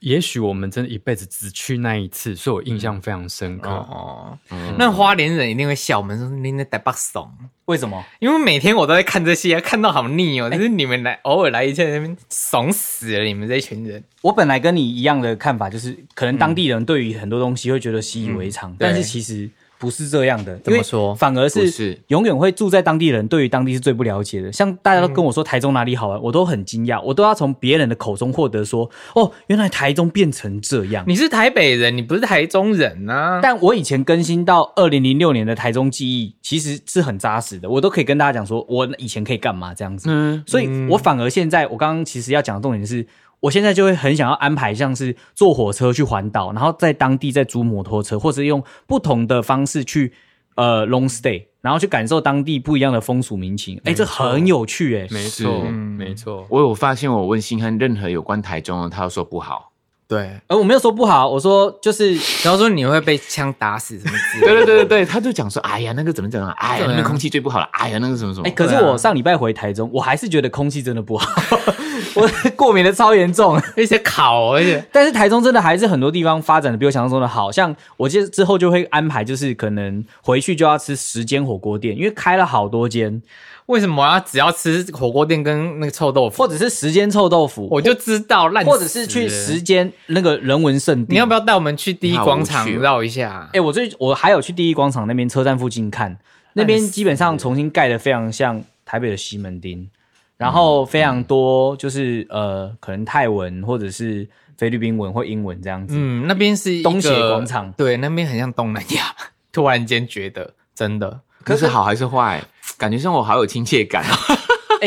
Speaker 4: 也许我们真的一辈子只去那一次，所以我印
Speaker 3: 嗯
Speaker 4: 象非常深刻。
Speaker 5: 哦，那花莲人一定会笑我们说你那台巴怂，
Speaker 2: 为什么？
Speaker 5: 因为每天我都在看这些，看到好腻哦。就是你们来偶尔来一下，那边怂死了，你们这群人。
Speaker 2: 我本来跟你一样的看法，就是可能当地人对于很多东西会觉得习以为常，
Speaker 3: 嗯
Speaker 2: 但是其实不是这样的。
Speaker 5: 怎么说
Speaker 2: 因为反而
Speaker 3: 不
Speaker 2: 是
Speaker 3: 是
Speaker 2: 永远会住在当地人，对于当地是最不了解的。像大家都跟我说台中哪里好玩，我都很惊讶，我都要从别人的口中获得说，哦，原来台中变成这样。
Speaker 5: 你是台北人，你不是台中人啊呐、
Speaker 2: 但我以前更新到二零零六年的台中记忆，其实是很扎实的，我都可以跟大家讲说，我以前可以干嘛这样子。嗯，所以我反而现在，我刚刚其实要讲的重点是。我现在就会很想要安排，像是坐火车去环岛，然后在当地再租摩托车，或者用不同的方式去呃 long stay，然后去感受当地不一样的风俗民情。哎、这很有趣哎、
Speaker 4: 没错，没错。
Speaker 3: 我有发现，我问星汉任何有关台中的，他都说不好。
Speaker 5: 对，
Speaker 2: 而呃我没有说不好，我说就是
Speaker 5: *laughs* 然后说你会被枪打死什么之
Speaker 2: *laughs*
Speaker 3: *laughs*
Speaker 5: 类
Speaker 3: 对
Speaker 5: 的。
Speaker 3: 对对对对，他就讲说，哎呀，那个怎么怎么样，哎呀，那个空气最不好了，哎呀，那个什么什么。
Speaker 2: 哎、可是我上礼拜回台中，我还是觉得空气真的不好， *laughs* 我过敏的超严重。
Speaker 5: 而且烤，而且
Speaker 2: 但是台中真的还是很多地方发展的比我想象中的好，像我记得之后就会安排，就是可能回去就要吃十间火锅店，因为开了好多间，
Speaker 5: 为什么要只要吃火锅店跟那个臭豆腐？
Speaker 2: 或者是十间臭豆腐，
Speaker 5: 我就知道烂死了，
Speaker 2: 或者是去十间那个人文圣地。
Speaker 5: 你要不要带我们去第一广场
Speaker 3: 你好无趣哦
Speaker 5: 绕一下
Speaker 2: 哎、？我最我还有去第一广场那边车站附近看，那边基本上重新盖的非常像台北的西门町，然后非常多就是呃，可能泰文或者是菲律宾文或英文这样子。
Speaker 5: 嗯，那边是一个
Speaker 2: 东协广场
Speaker 5: 对，那边很像东南亚。 *laughs* 突然间觉得，真的
Speaker 3: 可是好还是坏？感觉上我好有亲切感。啊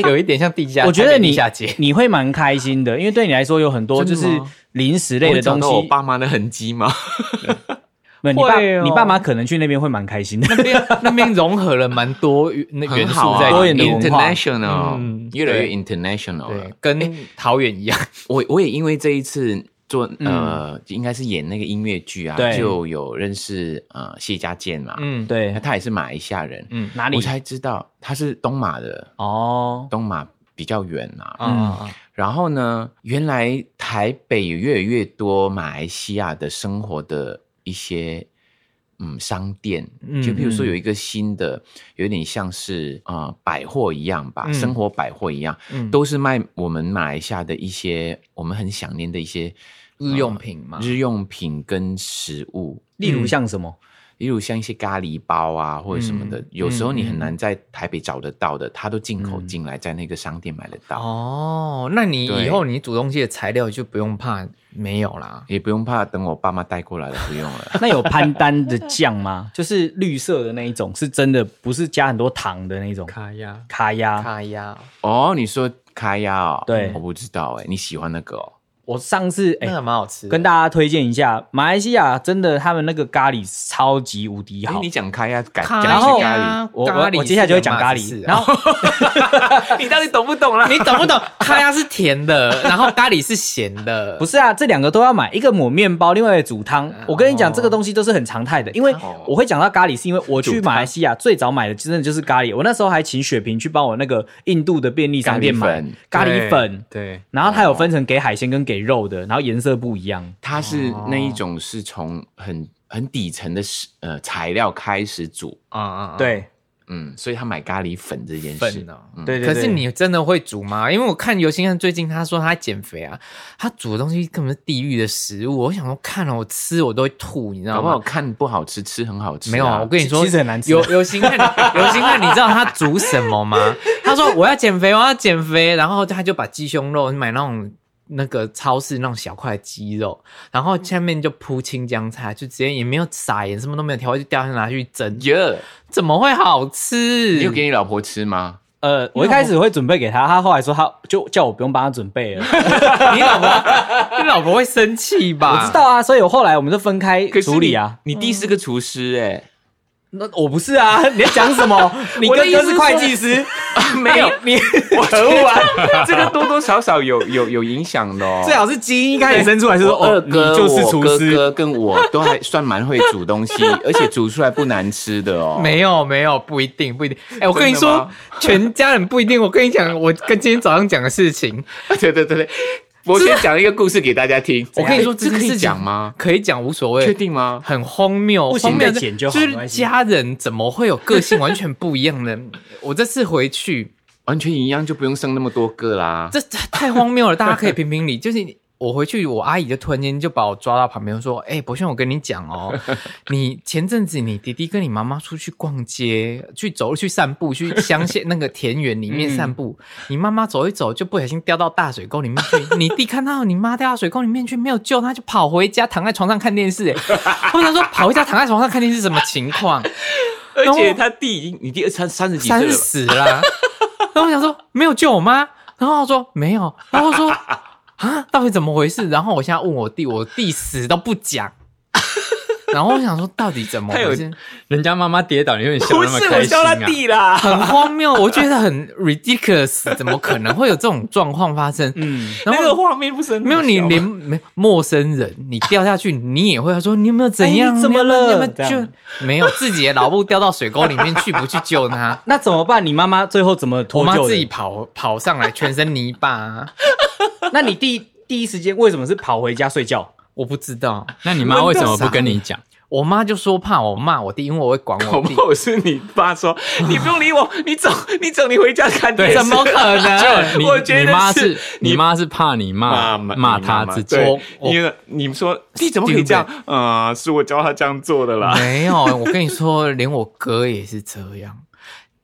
Speaker 5: 有一点像地下，
Speaker 2: 哎我觉
Speaker 5: 台
Speaker 2: 得
Speaker 5: 北地
Speaker 2: 你
Speaker 5: 下街。
Speaker 2: *laughs* 你会蛮开心的，因为对你来说有很多就
Speaker 3: 真的
Speaker 2: 是
Speaker 3: 吗
Speaker 2: 零食类
Speaker 3: 我
Speaker 2: 的
Speaker 3: 找
Speaker 2: 东
Speaker 3: 到我
Speaker 2: 西。
Speaker 3: 爸妈的痕迹吗？
Speaker 2: 没有你爸
Speaker 5: 会哦
Speaker 2: 你爸妈可能去那边会蛮开心的。
Speaker 5: 那边 *laughs* 那边融合了蛮多元那元
Speaker 3: 很
Speaker 5: 素
Speaker 3: 好啊
Speaker 5: 在
Speaker 2: 多
Speaker 5: 里
Speaker 2: 元的
Speaker 5: 面，
Speaker 2: 文化
Speaker 3: international，
Speaker 5: 嗯
Speaker 3: 越来越
Speaker 5: 对
Speaker 3: international 了
Speaker 5: 对，。
Speaker 2: 哎
Speaker 5: 跟桃园一样。
Speaker 3: 我我也因为这一次做呃，应该是演那个音乐剧啊，
Speaker 2: 对
Speaker 3: 就有认识呃谢家健嘛，
Speaker 2: *laughs*
Speaker 5: 嗯，
Speaker 2: 对，
Speaker 3: 他也是马来西亚人，
Speaker 5: 嗯
Speaker 2: 哪里
Speaker 3: 我？才知道他是东马的，
Speaker 2: 哦，
Speaker 3: 东马比较远啊。
Speaker 5: 啊，
Speaker 3: 然后呢，原来台北有越来越多马来西亚的生活的一些嗯商店，就比如说有
Speaker 5: 嗯
Speaker 3: 一个新的，有点像是呃百货一样吧，
Speaker 5: 嗯
Speaker 3: 生活百货一样，
Speaker 5: 嗯
Speaker 3: 都是卖我们马来西亚的一些我们很想念的一些呃
Speaker 5: 日用品嘛，
Speaker 3: 日用品跟食物。
Speaker 2: 例如像什么？
Speaker 3: 例如像一些咖喱包啊，或者什
Speaker 5: 嗯
Speaker 3: 么的，有时候你很难在台北找得到的，它都进口
Speaker 5: 嗯
Speaker 3: 进来，在那个商店买得到。
Speaker 5: 哦，那你
Speaker 3: 对
Speaker 5: 以后你煮东西的材料就不用怕没有啦。
Speaker 3: 也不用怕，等我爸妈带过来了，不用
Speaker 2: *laughs*
Speaker 3: 了。
Speaker 2: 那有潘丹的酱吗？ *laughs* 就是绿色的那一种，是真的，不是加很多糖的那种。
Speaker 4: 卡呀，
Speaker 2: 卡呀，
Speaker 5: 卡呀，
Speaker 3: 哦，你说开呀、哦？
Speaker 2: 对
Speaker 3: 我不知道哎、你喜欢那个哦？
Speaker 2: 我上次哎、
Speaker 5: 那个蛮好吃的。
Speaker 2: 跟大家推荐一下，马来西亚真的他们那个咖喱超级无敌
Speaker 3: 哎、
Speaker 2: 好
Speaker 3: 你。讲开呀、改
Speaker 5: 咖
Speaker 3: 讲
Speaker 5: 喱啊
Speaker 2: 然后
Speaker 3: 是咖喱，
Speaker 2: 我我
Speaker 5: 咖喱
Speaker 2: 我接下来就会讲咖
Speaker 5: 是
Speaker 2: 喱，
Speaker 5: 有嘛
Speaker 2: 然后
Speaker 5: *laughs* 你到底懂不懂啊啦？你懂
Speaker 2: *laughs*
Speaker 5: 不懂？咖呀是甜的，然后咖喱是咸的，
Speaker 2: 不
Speaker 5: 是？
Speaker 2: 是啊，这两个都要买，一个抹面包，另外一个煮汤。
Speaker 3: 啊
Speaker 2: 我跟
Speaker 3: 哦
Speaker 2: 你讲，这个东西都是很常态的，因为我会讲到咖喱，是因为我去马来西亚最早买的真的就是咖喱。我那时候还请雪萍去帮我那个印度的便利商店买咖喱粉，
Speaker 4: 对，
Speaker 2: 然后它有分成给海鲜跟给肉的，然后颜色不一样。
Speaker 3: 它是那一种是从很很底层的食呃材料开始煮，
Speaker 5: 啊啊，啊，
Speaker 2: 对
Speaker 3: 嗯，所以他买咖喱粉这件事
Speaker 5: 粉，哦。
Speaker 2: 对对，
Speaker 5: 可
Speaker 2: 对
Speaker 5: 是你真的会煮吗？因为我看尤欣汉最近他说他在减肥啊，他煮的东西根本是地狱的食物。我想说，看了我吃我都会吐，你知
Speaker 3: 搞
Speaker 5: 道
Speaker 3: 不好
Speaker 5: 吗？
Speaker 3: 看不好吃，吃很好吃、
Speaker 5: 没有啊，我跟你说，
Speaker 2: 其实很难吃
Speaker 5: 尤尤欣汉， *laughs* 尤欣汉，你知道他煮什么吗？他说我要减肥，我要减肥，然后他就把鸡胸肉买那种那个超市那种小块鸡肉，然后下面就铺青江菜，就直接也没有撒盐，什么都没有调味，就掉下拿去 *laughs* 蒸，
Speaker 3: 耶，
Speaker 5: 怎么会好吃？
Speaker 3: 你有给你老婆吃吗？
Speaker 2: 呃，我一开始会准备给他，他后来说他就叫我不用帮他准备
Speaker 3: *laughs*
Speaker 2: 了，
Speaker 5: 你老婆，你老婆会生气吧？
Speaker 2: 我知，道啊，所以我后来我们就分开
Speaker 3: 可是
Speaker 2: 处理啊。
Speaker 3: 你，你弟是个厨师哎、
Speaker 2: 那我不是啊，你在讲什
Speaker 3: *laughs*
Speaker 2: 么？你
Speaker 3: 我的
Speaker 2: 哥
Speaker 3: 意思
Speaker 2: 哥
Speaker 3: 是
Speaker 2: 是
Speaker 3: 说
Speaker 2: 会计师，
Speaker 3: *laughs* 没有，
Speaker 2: *laughs* 你
Speaker 3: 可恶啊！ *laughs* 这个多多少少有有有影响的哦。
Speaker 2: 最好是基因一开始生出来是说
Speaker 3: 我
Speaker 2: 哦
Speaker 3: 二，
Speaker 2: 你
Speaker 3: 哥、
Speaker 2: 就是厨
Speaker 3: 呃我哥
Speaker 2: 师，
Speaker 3: 哥跟我都还算蛮会煮东西，而且煮出来不难吃的哦。
Speaker 5: 没有没有，不一定不一定。哎、我跟
Speaker 3: 真
Speaker 5: 你
Speaker 3: 的
Speaker 5: 说
Speaker 3: 吗，
Speaker 5: 全家人不一定。我跟你讲，我跟今天早上讲的事情，
Speaker 3: *laughs* 对对对对，我先讲一个故事给大家听。我跟你说，
Speaker 5: 哎
Speaker 3: 这可
Speaker 5: 件
Speaker 3: 以
Speaker 5: 事情
Speaker 3: 讲吗？
Speaker 5: 可以讲，无所谓。
Speaker 3: 确定吗？
Speaker 5: 很荒谬，
Speaker 2: 不行
Speaker 5: 荒谬
Speaker 2: 再
Speaker 5: 的
Speaker 2: 剪就好没
Speaker 5: 是
Speaker 2: 关系
Speaker 5: 家人怎么会有个性完全不一样的？ *laughs* 我这次回去，
Speaker 3: 完全一样就不用生那么多个啦。
Speaker 5: 这 *laughs* 这太荒谬了，大家可以评评理。 *laughs* 就是我回去，我阿姨就突然间就把我抓到旁边说：“哎、博轩，我跟你讲哦，你前阵子你弟弟跟你妈妈出去逛街，去走路去散步，去乡下那个田园里面散步，你妈妈走一走就不小心掉到大水沟里面去，你弟看到你妈掉到水沟里面去没有救，他就跑回家躺在床上看电视。”哎， *laughs* 我想说跑回家躺在床上看电视什么情况？
Speaker 3: 而
Speaker 5: 且
Speaker 3: 他弟已经，你弟三三十几
Speaker 5: 三十啦。 *laughs* 然后我想说没有救我妈，然后我说没有，然后我说 *laughs* 啊，到底怎么回事？然后我现在问我弟，我弟死都不讲。 *laughs* 然后我想说，到底怎么回事？
Speaker 4: 人家妈妈跌倒，你有点笑那么开心啊？
Speaker 3: 啦。
Speaker 5: 很荒谬，我觉得很 ridiculous，怎么可能会有这种状况发生？嗯，然后
Speaker 3: 画面不是很
Speaker 5: 没有你
Speaker 3: 好笑 *laughs*
Speaker 5: 连没陌生人，你掉下去你也会说你有没有怎样？
Speaker 2: 哎你怎么
Speaker 5: 你有没
Speaker 2: 了
Speaker 5: 有你有没
Speaker 2: 这样
Speaker 5: 有救？没有自己的老母掉到水沟里面去，不去救他？
Speaker 2: 那怎么办？你妈妈最后怎么
Speaker 5: 我
Speaker 2: *laughs* 脱
Speaker 5: 妈
Speaker 2: 臼的？
Speaker 5: 自己跑跑上来，全身泥巴、啊，
Speaker 2: 那你第第一时间为什么是跑回家睡觉？
Speaker 5: 我不知道。
Speaker 4: 那你妈为什么不跟你讲？
Speaker 5: 我妈就说怕我骂我弟，因为我会管
Speaker 3: 我
Speaker 5: 我弟
Speaker 3: 怕。我是你爸说，你不用理我，你走，你走，你回家看电视。
Speaker 5: 怎么可能？
Speaker 4: 你
Speaker 3: 我觉得
Speaker 4: 你妈
Speaker 3: 是
Speaker 4: 是你妈是怕你
Speaker 3: 啊
Speaker 4: 骂骂她自己，
Speaker 3: 对
Speaker 5: 我我
Speaker 3: 因为你们说你怎么可以这样？啊、是我教他这样做的啦。
Speaker 5: 没有，我跟你说，连我哥也是这样。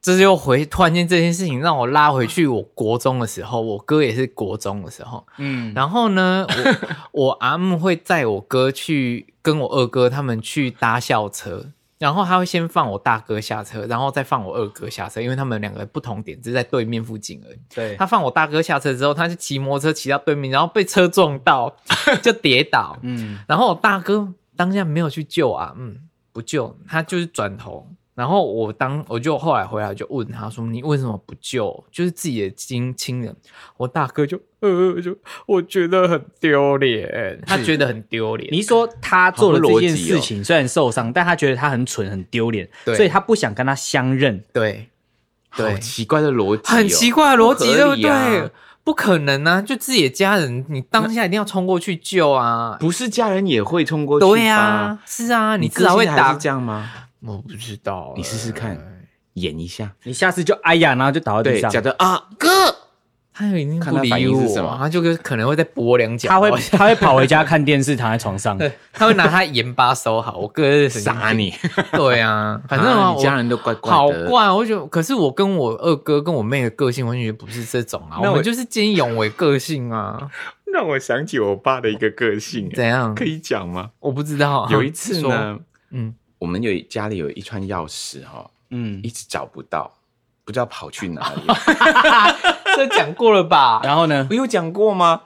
Speaker 5: 这就回，突然间这件事情让我拉回去。我国中的时候，我哥也是国中的时候，
Speaker 2: 嗯，
Speaker 5: 然后呢，我 *laughs* 我阿姆会载我哥去跟我二哥他们去搭校车，然后他会先放我大哥下车，然后再放我二哥下车，因为他们两个不同点，只是在对面附近而已。
Speaker 2: 对，
Speaker 5: 他放我大哥下车之后，他就骑摩托车骑到对面，然后被车撞到， *laughs* 就跌倒。
Speaker 2: 嗯，
Speaker 5: 然后我大哥当下没有去救啊，嗯，不救，他就是转头。然后我当我就后来回来我就问他说：“你为什么不救？就是自己的亲亲人。”我大哥就呃就我觉得很丢脸，他觉得很丢脸。
Speaker 2: 你是说他做了这件
Speaker 3: 好不逻
Speaker 2: 事
Speaker 3: 辑
Speaker 2: 情，虽然受伤，但他觉得他很蠢、很丢脸，
Speaker 5: 对
Speaker 2: 所以他不想跟他相认。
Speaker 5: 对对
Speaker 3: 好奇怪的逻辑、哦，
Speaker 5: 很奇怪的逻辑，对
Speaker 3: 合
Speaker 5: 不
Speaker 3: 理
Speaker 5: 对？
Speaker 3: 啊
Speaker 5: 不可能啊！就自己的家人，你当下一定要冲过去救啊！
Speaker 3: 不是家人也会冲过去吧
Speaker 5: 对呀、啊，是啊，你
Speaker 3: 你
Speaker 5: 至少会
Speaker 3: 个性还
Speaker 5: 打
Speaker 3: 是这样吗？
Speaker 5: 我不知道欸、
Speaker 3: 你试试看，演一下，
Speaker 2: 你下次就哎呀，然后就倒在
Speaker 3: 对，
Speaker 2: 地上 *laughs*
Speaker 3: 假。的啊，哥，
Speaker 5: 他已经
Speaker 3: 看
Speaker 5: 不
Speaker 3: 他反
Speaker 5: 理
Speaker 3: 应是
Speaker 5: 我
Speaker 3: 什么
Speaker 5: 啊，他就可能会再拨两脚，
Speaker 2: 他会
Speaker 3: *laughs*
Speaker 2: 他会跑回家看电视，躺在床上。
Speaker 5: 他会拿他盐巴收好，我哥是
Speaker 3: *laughs*
Speaker 5: 神经
Speaker 3: 打你，
Speaker 5: 病对啊，反正啊
Speaker 3: 啊你家人
Speaker 5: 我
Speaker 3: 都怪怪
Speaker 5: 好
Speaker 3: 的，
Speaker 5: 怪，我觉得，可是我跟我二哥跟我妹的个性完全不是这种啊，
Speaker 3: 那
Speaker 5: 我
Speaker 3: 我
Speaker 5: 们就是见义勇为个
Speaker 3: *laughs*
Speaker 5: 性啊，
Speaker 3: 让我想起我爸的一个个性，
Speaker 5: 怎样
Speaker 3: 可？以讲吗？
Speaker 5: 我不知道啊，
Speaker 3: 有一次
Speaker 5: 说，
Speaker 3: 呢，
Speaker 5: 嗯，
Speaker 3: 我们有家里有一串钥匙哈、哦，
Speaker 2: *laughs* 嗯
Speaker 3: 一，直找不到，不知道跑去哪里。
Speaker 5: 这讲过了吧？
Speaker 2: 然后呢？
Speaker 3: 我有讲过吗？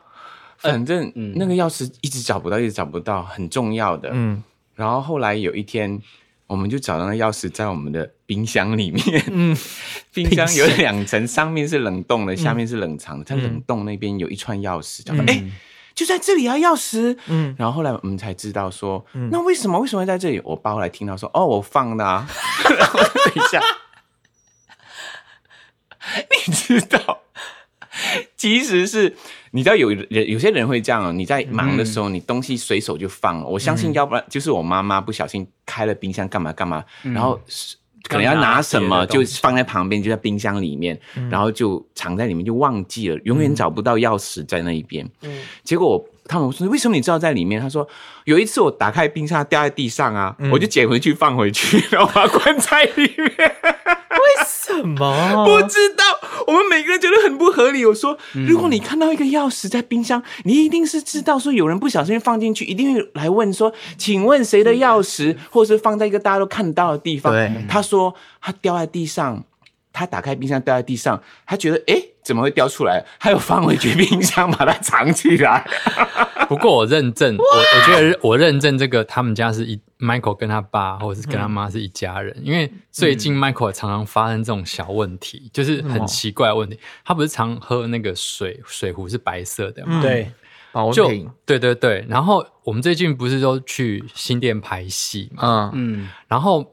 Speaker 5: 呃
Speaker 3: 反正
Speaker 2: 嗯
Speaker 3: 那个钥匙一直找不到，一直找不到，很重要的。
Speaker 5: 嗯
Speaker 3: 然后后来有一天，我们就找到那钥匙在我们的冰箱里面。
Speaker 5: 嗯，
Speaker 3: *laughs* 冰箱有两层，上面是冷冻的，下面是冷藏的。
Speaker 5: 嗯
Speaker 3: 它冷冻那边有一串钥匙，讲哎、诶就在这里啊，钥匙。
Speaker 5: 嗯
Speaker 3: 嗯，然后后来我们才知道说，那为什么为什么会在这里？我爸后来听到说，哦，我放的 *laughs* 啊。然后等一下，你知道。其实是，你知道有人有些人会这样哦，你在忙的时候，你东西随手就放了。我相信，要不然就是我妈妈不小心开了冰箱干嘛干嘛，然后是可嗯能要拿什么就放在旁边，就在冰箱里面，然后就藏在里面，就忘记了，永远找不到钥匙在那一边。
Speaker 5: 嗯
Speaker 3: 结果我他们说为什么你知道在里面？他说有一次我打开冰箱它掉在地上啊，我就捡回去放回去， *laughs* 然后把它关在里面。
Speaker 5: 什么？
Speaker 3: 不知道，我们每个人觉得很不合理。我说，如果你看到一个钥匙在冰箱，你一定是知道说有人不小心放进去，一定会来问说，请问谁的钥匙，或者是放在一个大家都看到的地方
Speaker 5: 对。
Speaker 3: 他说他掉在地上，他打开冰箱掉在地上，他觉得诶怎么会掉出来？他又放回去冰箱，把它藏起来。
Speaker 4: 不过我认证，我我觉得我认证这个他们家是一 Michael 跟他爸或者是跟他妈是一家人，因为最近 Michael 常常发生这种小问题，就是很奇怪的问题。他不是常喝那个水水壶是白色的吗？
Speaker 2: 对，
Speaker 5: 保温
Speaker 4: 就
Speaker 5: 瓶，
Speaker 4: 对对对，然后我们最近不是都去新店拍戏嘛，
Speaker 5: 嗯，
Speaker 2: 嗯，
Speaker 4: 然后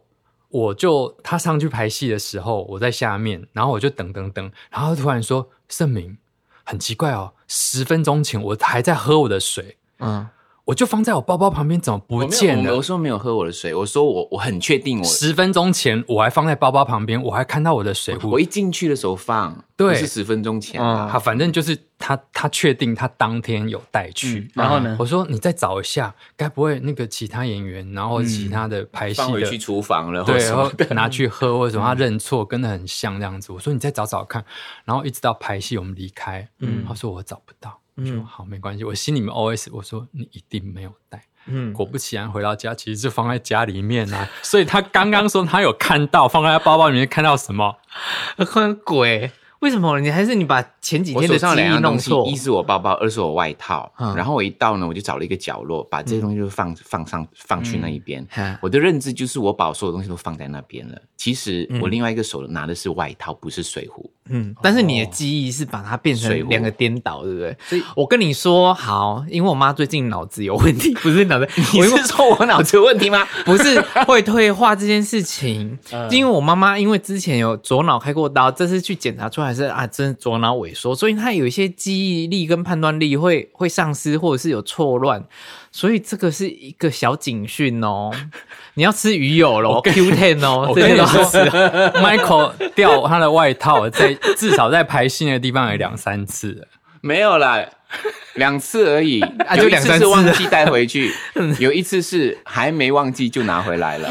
Speaker 4: 我就他上去排戏的时候，我在下面，然后我就等等等，然后他突然说盛明，很奇怪哦，十分钟前我还在喝我的水，
Speaker 5: 嗯，
Speaker 4: 我就放在我包包旁边，怎么不
Speaker 3: 我没有
Speaker 4: 见
Speaker 3: 我没有
Speaker 4: 了
Speaker 3: 我？说没有喝我的水，我说我我很确定我
Speaker 4: 十分钟前我还放在包包旁边，我还看到我的水
Speaker 3: 我
Speaker 4: 壶。
Speaker 3: 一进去的时候放，
Speaker 4: 对
Speaker 3: 不是十分钟前啊。
Speaker 4: 他反正就是他，他确定他当天有带
Speaker 3: 嗯
Speaker 4: 去。
Speaker 2: 然后呢？
Speaker 4: 我说你再找一下，该不会那个其他演员，然后其他的排
Speaker 3: 嗯
Speaker 4: 戏
Speaker 3: 放回
Speaker 4: 嗯的
Speaker 3: 去厨房了，或
Speaker 4: 对，
Speaker 3: 什
Speaker 4: 然
Speaker 3: 么
Speaker 4: 后
Speaker 3: 的。
Speaker 4: 拿去喝或者什么，他认错跟的很像这样子。我说你再找找看，然后一直到排戏我们离开，嗯，他说我找不到，我说好没关系，我心里面 OS 我说你一定没有带。嗯，果不其然，回到家其实就放在家里面啊，所以他刚刚说他有看到放在包包里面看到什么，
Speaker 3: *laughs*
Speaker 5: 很鬼，为什么？你还是你把前几
Speaker 3: 我
Speaker 5: 天
Speaker 3: 手
Speaker 5: 的记
Speaker 3: 上两
Speaker 5: 忆
Speaker 3: 样
Speaker 5: 弄
Speaker 3: 东西
Speaker 5: 错，？
Speaker 3: 一是我包包，二是我外套。
Speaker 5: 嗯
Speaker 3: 然后我一到呢，我就找了一个角落，把
Speaker 4: 嗯
Speaker 3: 这些东西就放、放上放去那一边。
Speaker 5: 嗯
Speaker 3: 我的认知就是我把所有东西都放在那边了。其实
Speaker 4: 嗯
Speaker 3: 我另外一个手拿的是外套，不是水壶。
Speaker 5: 嗯，但是你的记忆是把它变成
Speaker 3: 水壶
Speaker 5: 两个颠倒，对不对？所以我跟你说好，因为我妈最近脑子有问题，
Speaker 3: *laughs*
Speaker 5: 不是脑子，
Speaker 3: 你
Speaker 5: 我因为
Speaker 3: 是说我脑子有问题吗？
Speaker 5: 不是会退化这件事
Speaker 4: *laughs*
Speaker 5: 情，
Speaker 4: 嗯
Speaker 5: 因为我妈妈因为之前有左脑开过刀，这次去检查出来是啊，真的左脑萎缩，所以她有一些记忆力跟判断力会会丧失，或者是有错乱，所以这个是一个小警讯
Speaker 4: *laughs*
Speaker 5: 哦。你要吃鱼油咯 q Ten 哦，
Speaker 4: 我
Speaker 5: 这
Speaker 4: 跟
Speaker 5: 些
Speaker 4: 你
Speaker 5: 都
Speaker 4: 说
Speaker 5: 要吃。
Speaker 4: ，Michael 掉他的外套，在至少在排戏那个地方有两三次了。
Speaker 3: 没有啦，两次而已。啊
Speaker 5: 就两三次
Speaker 3: 是忘记带回去，有一次是还没忘记就拿回来了。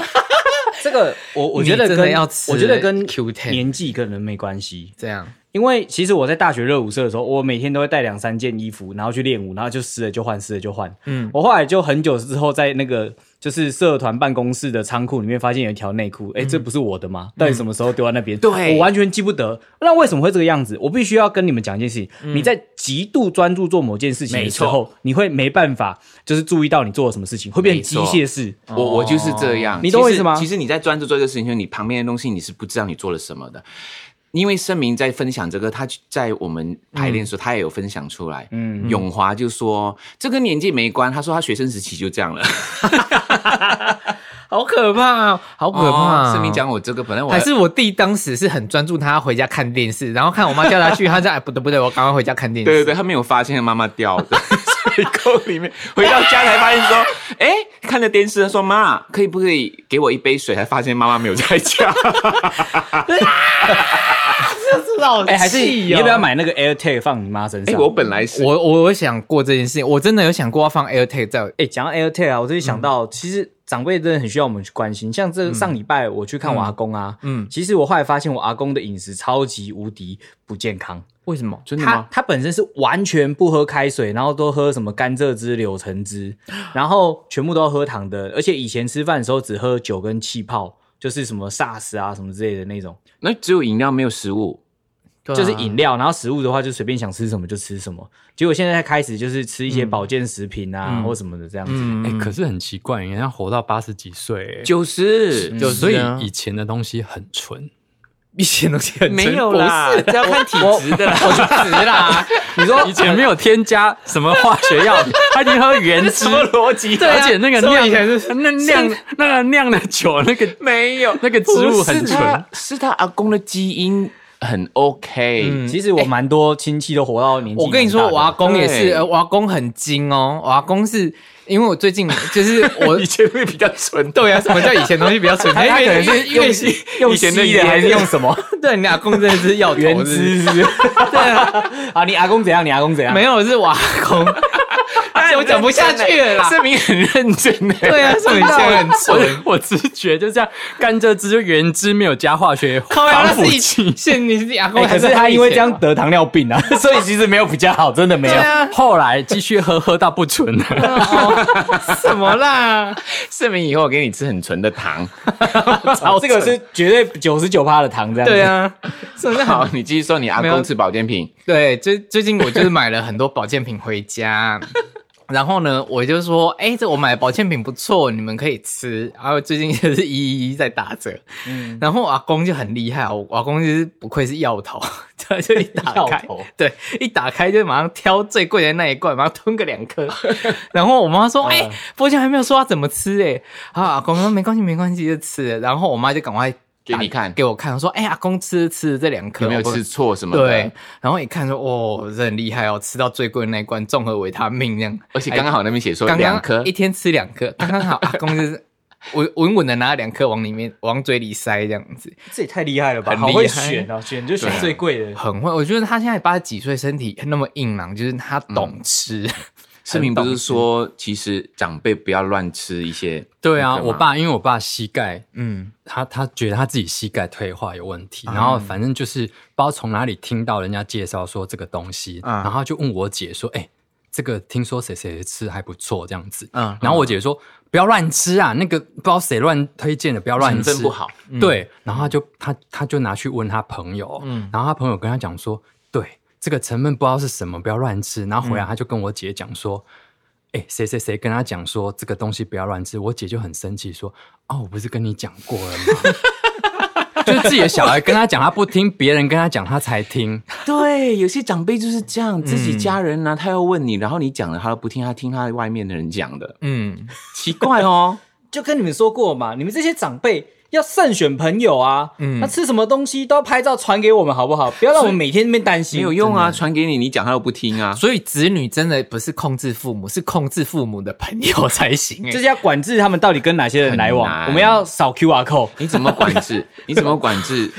Speaker 2: 这个我我
Speaker 5: 你
Speaker 2: 觉得
Speaker 5: 真
Speaker 2: 跟
Speaker 5: 的要吃
Speaker 2: 我觉得跟
Speaker 5: Q10
Speaker 2: 年纪可能没关系，
Speaker 5: *laughs* 这样，
Speaker 2: 因为其实我在大学热舞社的时候，我每天都会带两三件衣服，然后去练舞，然后就湿了就换，湿了就换。嗯，我后来就很久之后在那个就是社团办公室的仓库里面发现有一条内裤，哎、这不是我的吗？到底什么时候丢在那边？
Speaker 5: 对
Speaker 2: 我完全记不得。那为什么会这个样子？我必须要跟你们讲一件事情：你在极度专注做某件事情的时候，你会嗯没办法就是注意到你做了什么事情，会变
Speaker 3: 没
Speaker 2: 机
Speaker 3: 错
Speaker 2: 械式。
Speaker 3: 我我就是这样，
Speaker 2: 你懂我意思吗
Speaker 3: 其实其实你在专注做一个事情，你旁边的东西你是不知道你做了什么的。因为声明在分享这个，他在我们排练的时候，他也有分享出来。嗯，永华就说这跟年纪没关，他说他学生时期就这样了。
Speaker 5: 好可怕、哦，好可怕、
Speaker 3: *laughs* 哦
Speaker 5: 哦！
Speaker 3: 声明讲我这个，本来我
Speaker 5: 还是我弟当时是很专注，他回家看电视，然后看我妈叫他去，他说：“哎，不对不对，我赶快回家看电视。”
Speaker 3: 对对对，他没有发现妈妈掉的 *laughs* 水沟里面，回到家才发现说，哎，看着电视，他说妈，可以不可以给我一杯水？才发现妈妈没有在家。 *laughs*
Speaker 5: 知道
Speaker 2: 哎、还是你要不要？买那个 AirTag 放你妈身
Speaker 3: 哎，
Speaker 2: 上？
Speaker 3: 我本来是
Speaker 5: 我我有想过这件事情，我真的有想过要放 AirTag 在我。
Speaker 2: 哎、讲到 AirTag 啊，我最近想到，其实长辈真的很需要我们去关心。像这上礼拜我去看我阿公啊，嗯，其实我后来发现我阿公的饮食超级无敌不健康。
Speaker 5: 为什么？
Speaker 3: 真的
Speaker 2: 他
Speaker 3: 吗？
Speaker 2: 他本身是完全不喝开水，然后都喝什么甘蔗汁、柳橙汁，然后全部都喝糖的，而且以前吃饭的时候只喝酒跟气泡，就是什么 SARS 啊什么之类的那种，
Speaker 3: 那只有饮料没有食物。啊
Speaker 2: 就是饮料，然后食物的话就随便想吃什么就吃什么。结果现在开始就是吃一些保健食品啊、或什么的这样子。
Speaker 5: 嗯
Speaker 4: 哎、可是很奇怪，人家活到八十几岁、哎
Speaker 3: 九十
Speaker 5: 就是
Speaker 4: 所以
Speaker 5: 啊
Speaker 4: 以前的东西很纯，
Speaker 5: 一些东西很
Speaker 3: 没有啦，这要看体质的啦。
Speaker 5: 值
Speaker 3: *laughs*
Speaker 5: 啦。
Speaker 4: 你说以前没有添加什么化学药品，他一定喝原汁，
Speaker 3: 逻辑
Speaker 5: 对啊
Speaker 4: 而且那个
Speaker 5: 所以以
Speaker 4: 酿
Speaker 5: 前是
Speaker 4: 那酿那个酿的酒，那个
Speaker 3: 没有，
Speaker 4: 那个植物很
Speaker 3: 是
Speaker 4: 纯
Speaker 3: 他，是他阿公的基因很 OK，、
Speaker 2: 其实我蛮多亲戚都活到年纪蛮大的。
Speaker 5: 嗯我跟你说，我阿公也是，
Speaker 3: 对
Speaker 5: 呃我阿公很精哦。我阿公是因为我最近就是 *laughs* 我
Speaker 3: 以前会比较纯。 *laughs*
Speaker 5: 对啊，什么叫以前东西比较 *laughs* 纯？他
Speaker 2: 他可能
Speaker 5: 是用
Speaker 2: 用
Speaker 3: 以前的
Speaker 2: 吸的还是
Speaker 3: 烟
Speaker 2: 用什
Speaker 5: *laughs*
Speaker 2: 么
Speaker 5: 对你阿公真的是要头
Speaker 2: 原
Speaker 5: 是不哦是
Speaker 2: 汁是不
Speaker 5: *laughs*
Speaker 2: 是？对啊， *laughs* 啊，你阿公怎样？你阿公怎样？
Speaker 5: 没有，是我阿
Speaker 3: *laughs*
Speaker 5: 公。哎，我讲不下去了啦。
Speaker 3: 证明很认真的、
Speaker 5: *laughs* 对啊，所以现在很纯。
Speaker 4: 我我直觉就这样，甘蔗汁就原汁，没有加化学
Speaker 5: 靠呀，
Speaker 4: 防
Speaker 5: 那
Speaker 4: 腐
Speaker 5: 是以
Speaker 4: 剂。
Speaker 5: 前你是阿公
Speaker 2: 哎，
Speaker 5: 还
Speaker 2: 可
Speaker 5: 是
Speaker 2: 是
Speaker 5: 他
Speaker 2: 他
Speaker 5: 以
Speaker 2: 因为
Speaker 5: 前
Speaker 2: 这样得糖尿病啊， *laughs* 所以其实没有比较好，真的没有。
Speaker 5: 啊
Speaker 4: 后来
Speaker 5: *laughs*
Speaker 4: 继续喝，喝到不纯了。
Speaker 5: 什么 *laughs* 啦？
Speaker 3: 证明以后我给你吃很纯的 *laughs* 糖。
Speaker 2: 哦这个是绝对九十九趴的糖这样。
Speaker 5: 对，啊，真的
Speaker 3: 好
Speaker 5: 好。，
Speaker 3: 你继续说你阿
Speaker 5: 没有
Speaker 3: 公吃保健品，
Speaker 5: *laughs* 对，最最近我就是买了很多保健品回家，然后呢，我就说，哎、这我买的保健品不错，你们可以吃。然后最近就是一一一在打折，嗯，然后我阿公就很厉害，我我阿公就是不愧是药头， *laughs* 他就一打
Speaker 2: 药
Speaker 5: 开
Speaker 2: 头，
Speaker 5: 对，一打开就马上挑最贵的那一罐，马上吞个两 *laughs* 颗。然后我妈说，哎、波健还没有说要怎么吃、哎，然后阿公说没关系，没关系就吃了。然后我妈就赶快
Speaker 3: 给你看
Speaker 5: 打给我看，我说，哎、阿公吃吃这两颗，
Speaker 3: 有没有
Speaker 5: 我说
Speaker 3: 吃错什么的？
Speaker 5: 对，，然后一看说，哦，这很厉害哦，吃到最贵的那一罐综合维他命这样，
Speaker 3: 而且刚刚好那边写说
Speaker 5: 刚刚
Speaker 3: 两颗
Speaker 5: 一，天吃两颗，刚
Speaker 3: *laughs*
Speaker 5: 刚好，阿公就是稳稳稳的拿两颗往里面往嘴里塞这样子，
Speaker 2: 这也太厉害了吧！
Speaker 5: 很
Speaker 2: 好
Speaker 5: 厉
Speaker 2: 会
Speaker 5: 害啊
Speaker 2: 选啊，选就选最贵的。
Speaker 5: 很会。我觉得他现在八十几岁，身体那么硬朗，就是他懂吃，
Speaker 3: 视频不是说其实长辈不要乱吃一些？
Speaker 4: 对啊，
Speaker 3: 那个吗
Speaker 4: 我爸因为我爸膝盖，
Speaker 5: 嗯，
Speaker 4: 他他觉得他自己膝盖退化有问
Speaker 3: 嗯
Speaker 4: 题，然后反正就是不知道从哪里听到人家介绍说这个东西，
Speaker 3: 嗯
Speaker 4: 然后就问我姐说：“哎、这个听说谁谁吃还不错这样子。”
Speaker 5: 嗯
Speaker 4: 嗯，然后我姐说：“不要乱吃啊，那个不知道谁乱推荐的，不要乱
Speaker 3: 成
Speaker 4: 吃，
Speaker 3: 分不好。”
Speaker 5: 嗯
Speaker 4: 对，然后他就他他就拿去问他朋友，
Speaker 5: 嗯
Speaker 4: 然后他朋友跟他讲说：“对，这个成分不知道是什么，不要乱吃。”然
Speaker 5: 嗯
Speaker 4: 后回来他就跟我姐讲说。哎、谁谁谁跟他讲说这个东西不要乱吃，我姐就很生气说：“哦，我不是跟你讲过了
Speaker 5: *laughs*
Speaker 4: 吗？”就是自己的小孩跟他讲，他不听；别人跟他讲，他才
Speaker 5: 嗯
Speaker 4: 听。
Speaker 3: 对，有些长辈就是这样，自己家人呢、他要问你，然后你讲了，他都不听，他听他外面的人讲的，
Speaker 5: 嗯，
Speaker 3: 奇怪哦。
Speaker 2: 就跟你们说过嘛，你们这些长辈要慎选朋友啊。嗯，他吃什么东西都要拍照传给我们，好不好？不要让我们每天那边担心。
Speaker 3: *laughs* 没有用啊，传给你，你讲他又不听啊。
Speaker 5: 所以子女真的不是控制父母，是控制父母的朋友才行、
Speaker 2: 就是
Speaker 5: 哎，
Speaker 2: 要管制他们到底跟哪些人来
Speaker 3: 很
Speaker 2: 往，
Speaker 3: 难
Speaker 2: 我们要扫 QR code。
Speaker 3: *laughs* 你怎么管制？ *laughs* 你怎么管制？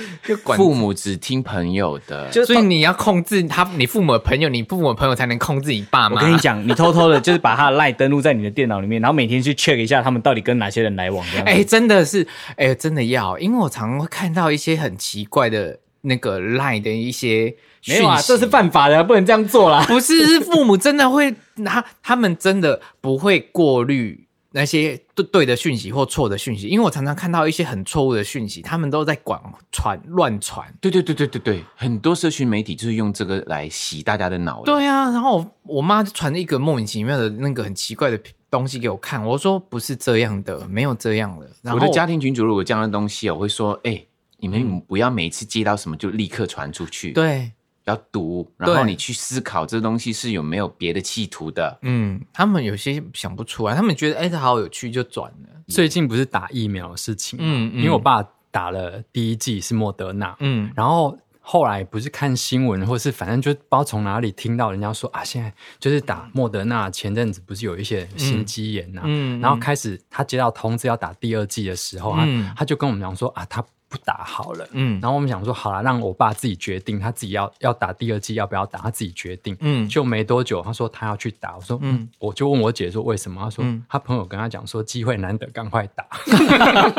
Speaker 5: 管
Speaker 3: 父母只听朋友的，
Speaker 2: 就是
Speaker 5: 所以你要控制他，你父母的朋友，你父母的朋友才能控制你爸妈。
Speaker 2: 我跟你讲，你偷偷的就是把他的 line 登录在你的电脑里面，然后每天去 check 一下他们到底跟哪些人来往，这样。
Speaker 5: *laughs* 哎、真的是，哎、真的要，因为我常常会看到一些很奇怪的那个 line 的一些
Speaker 2: 没有啊，
Speaker 5: 讯
Speaker 2: 这
Speaker 5: 息
Speaker 2: 是犯法的，不能这样做啦。
Speaker 5: 不是是父母真的会拿，他们真的不会过滤那些对对的讯息或错的讯息，因为我常常看到一些很错误的讯息，他们都在管传乱传。
Speaker 3: 对对对对对对，很多社群媒体就是用这个来洗大家的脑的。
Speaker 5: 对啊，然后我我妈就传了一个莫名其妙的那个很奇怪的东西给我看，我说不是这样的，没有这样的。然
Speaker 3: 我
Speaker 5: 后
Speaker 3: 的家庭群主如果有这样的东西，我会说，哎、你们不要每次接到什么就立刻传出去，，
Speaker 5: 对，
Speaker 3: 要读，然
Speaker 5: 对
Speaker 3: 后你去思考这东西是有没有别的企图的。
Speaker 5: 嗯，他们有些想不出来，他们觉得哎、这好有趣就转了。
Speaker 4: 最近不是打疫苗的事情吗，
Speaker 5: 嗯
Speaker 4: 嗯，
Speaker 5: 嗯
Speaker 4: 因为我爸打了第一剂是莫德纳，
Speaker 5: 嗯
Speaker 4: 然后后来不是看新闻，或是反正就不知道从哪里听到人家说啊，现在就是打莫德纳，前阵子不是有一些心肌炎呐、
Speaker 5: 嗯嗯
Speaker 4: 啊然后开始他接到通知要打第二剂的时候啊，
Speaker 5: 嗯
Speaker 4: 他就跟我们讲说啊，他不打好了。
Speaker 5: 嗯
Speaker 4: 然后我们想说，好了，让我爸自己决定，他自己要要打第二剂要不要打，他自己决定。
Speaker 5: 嗯
Speaker 4: 就没多久，他说他要去打，我说嗯，我就问我姐说为什么，她说、
Speaker 5: 嗯
Speaker 4: 她朋友跟她讲说机会难得，赶快打，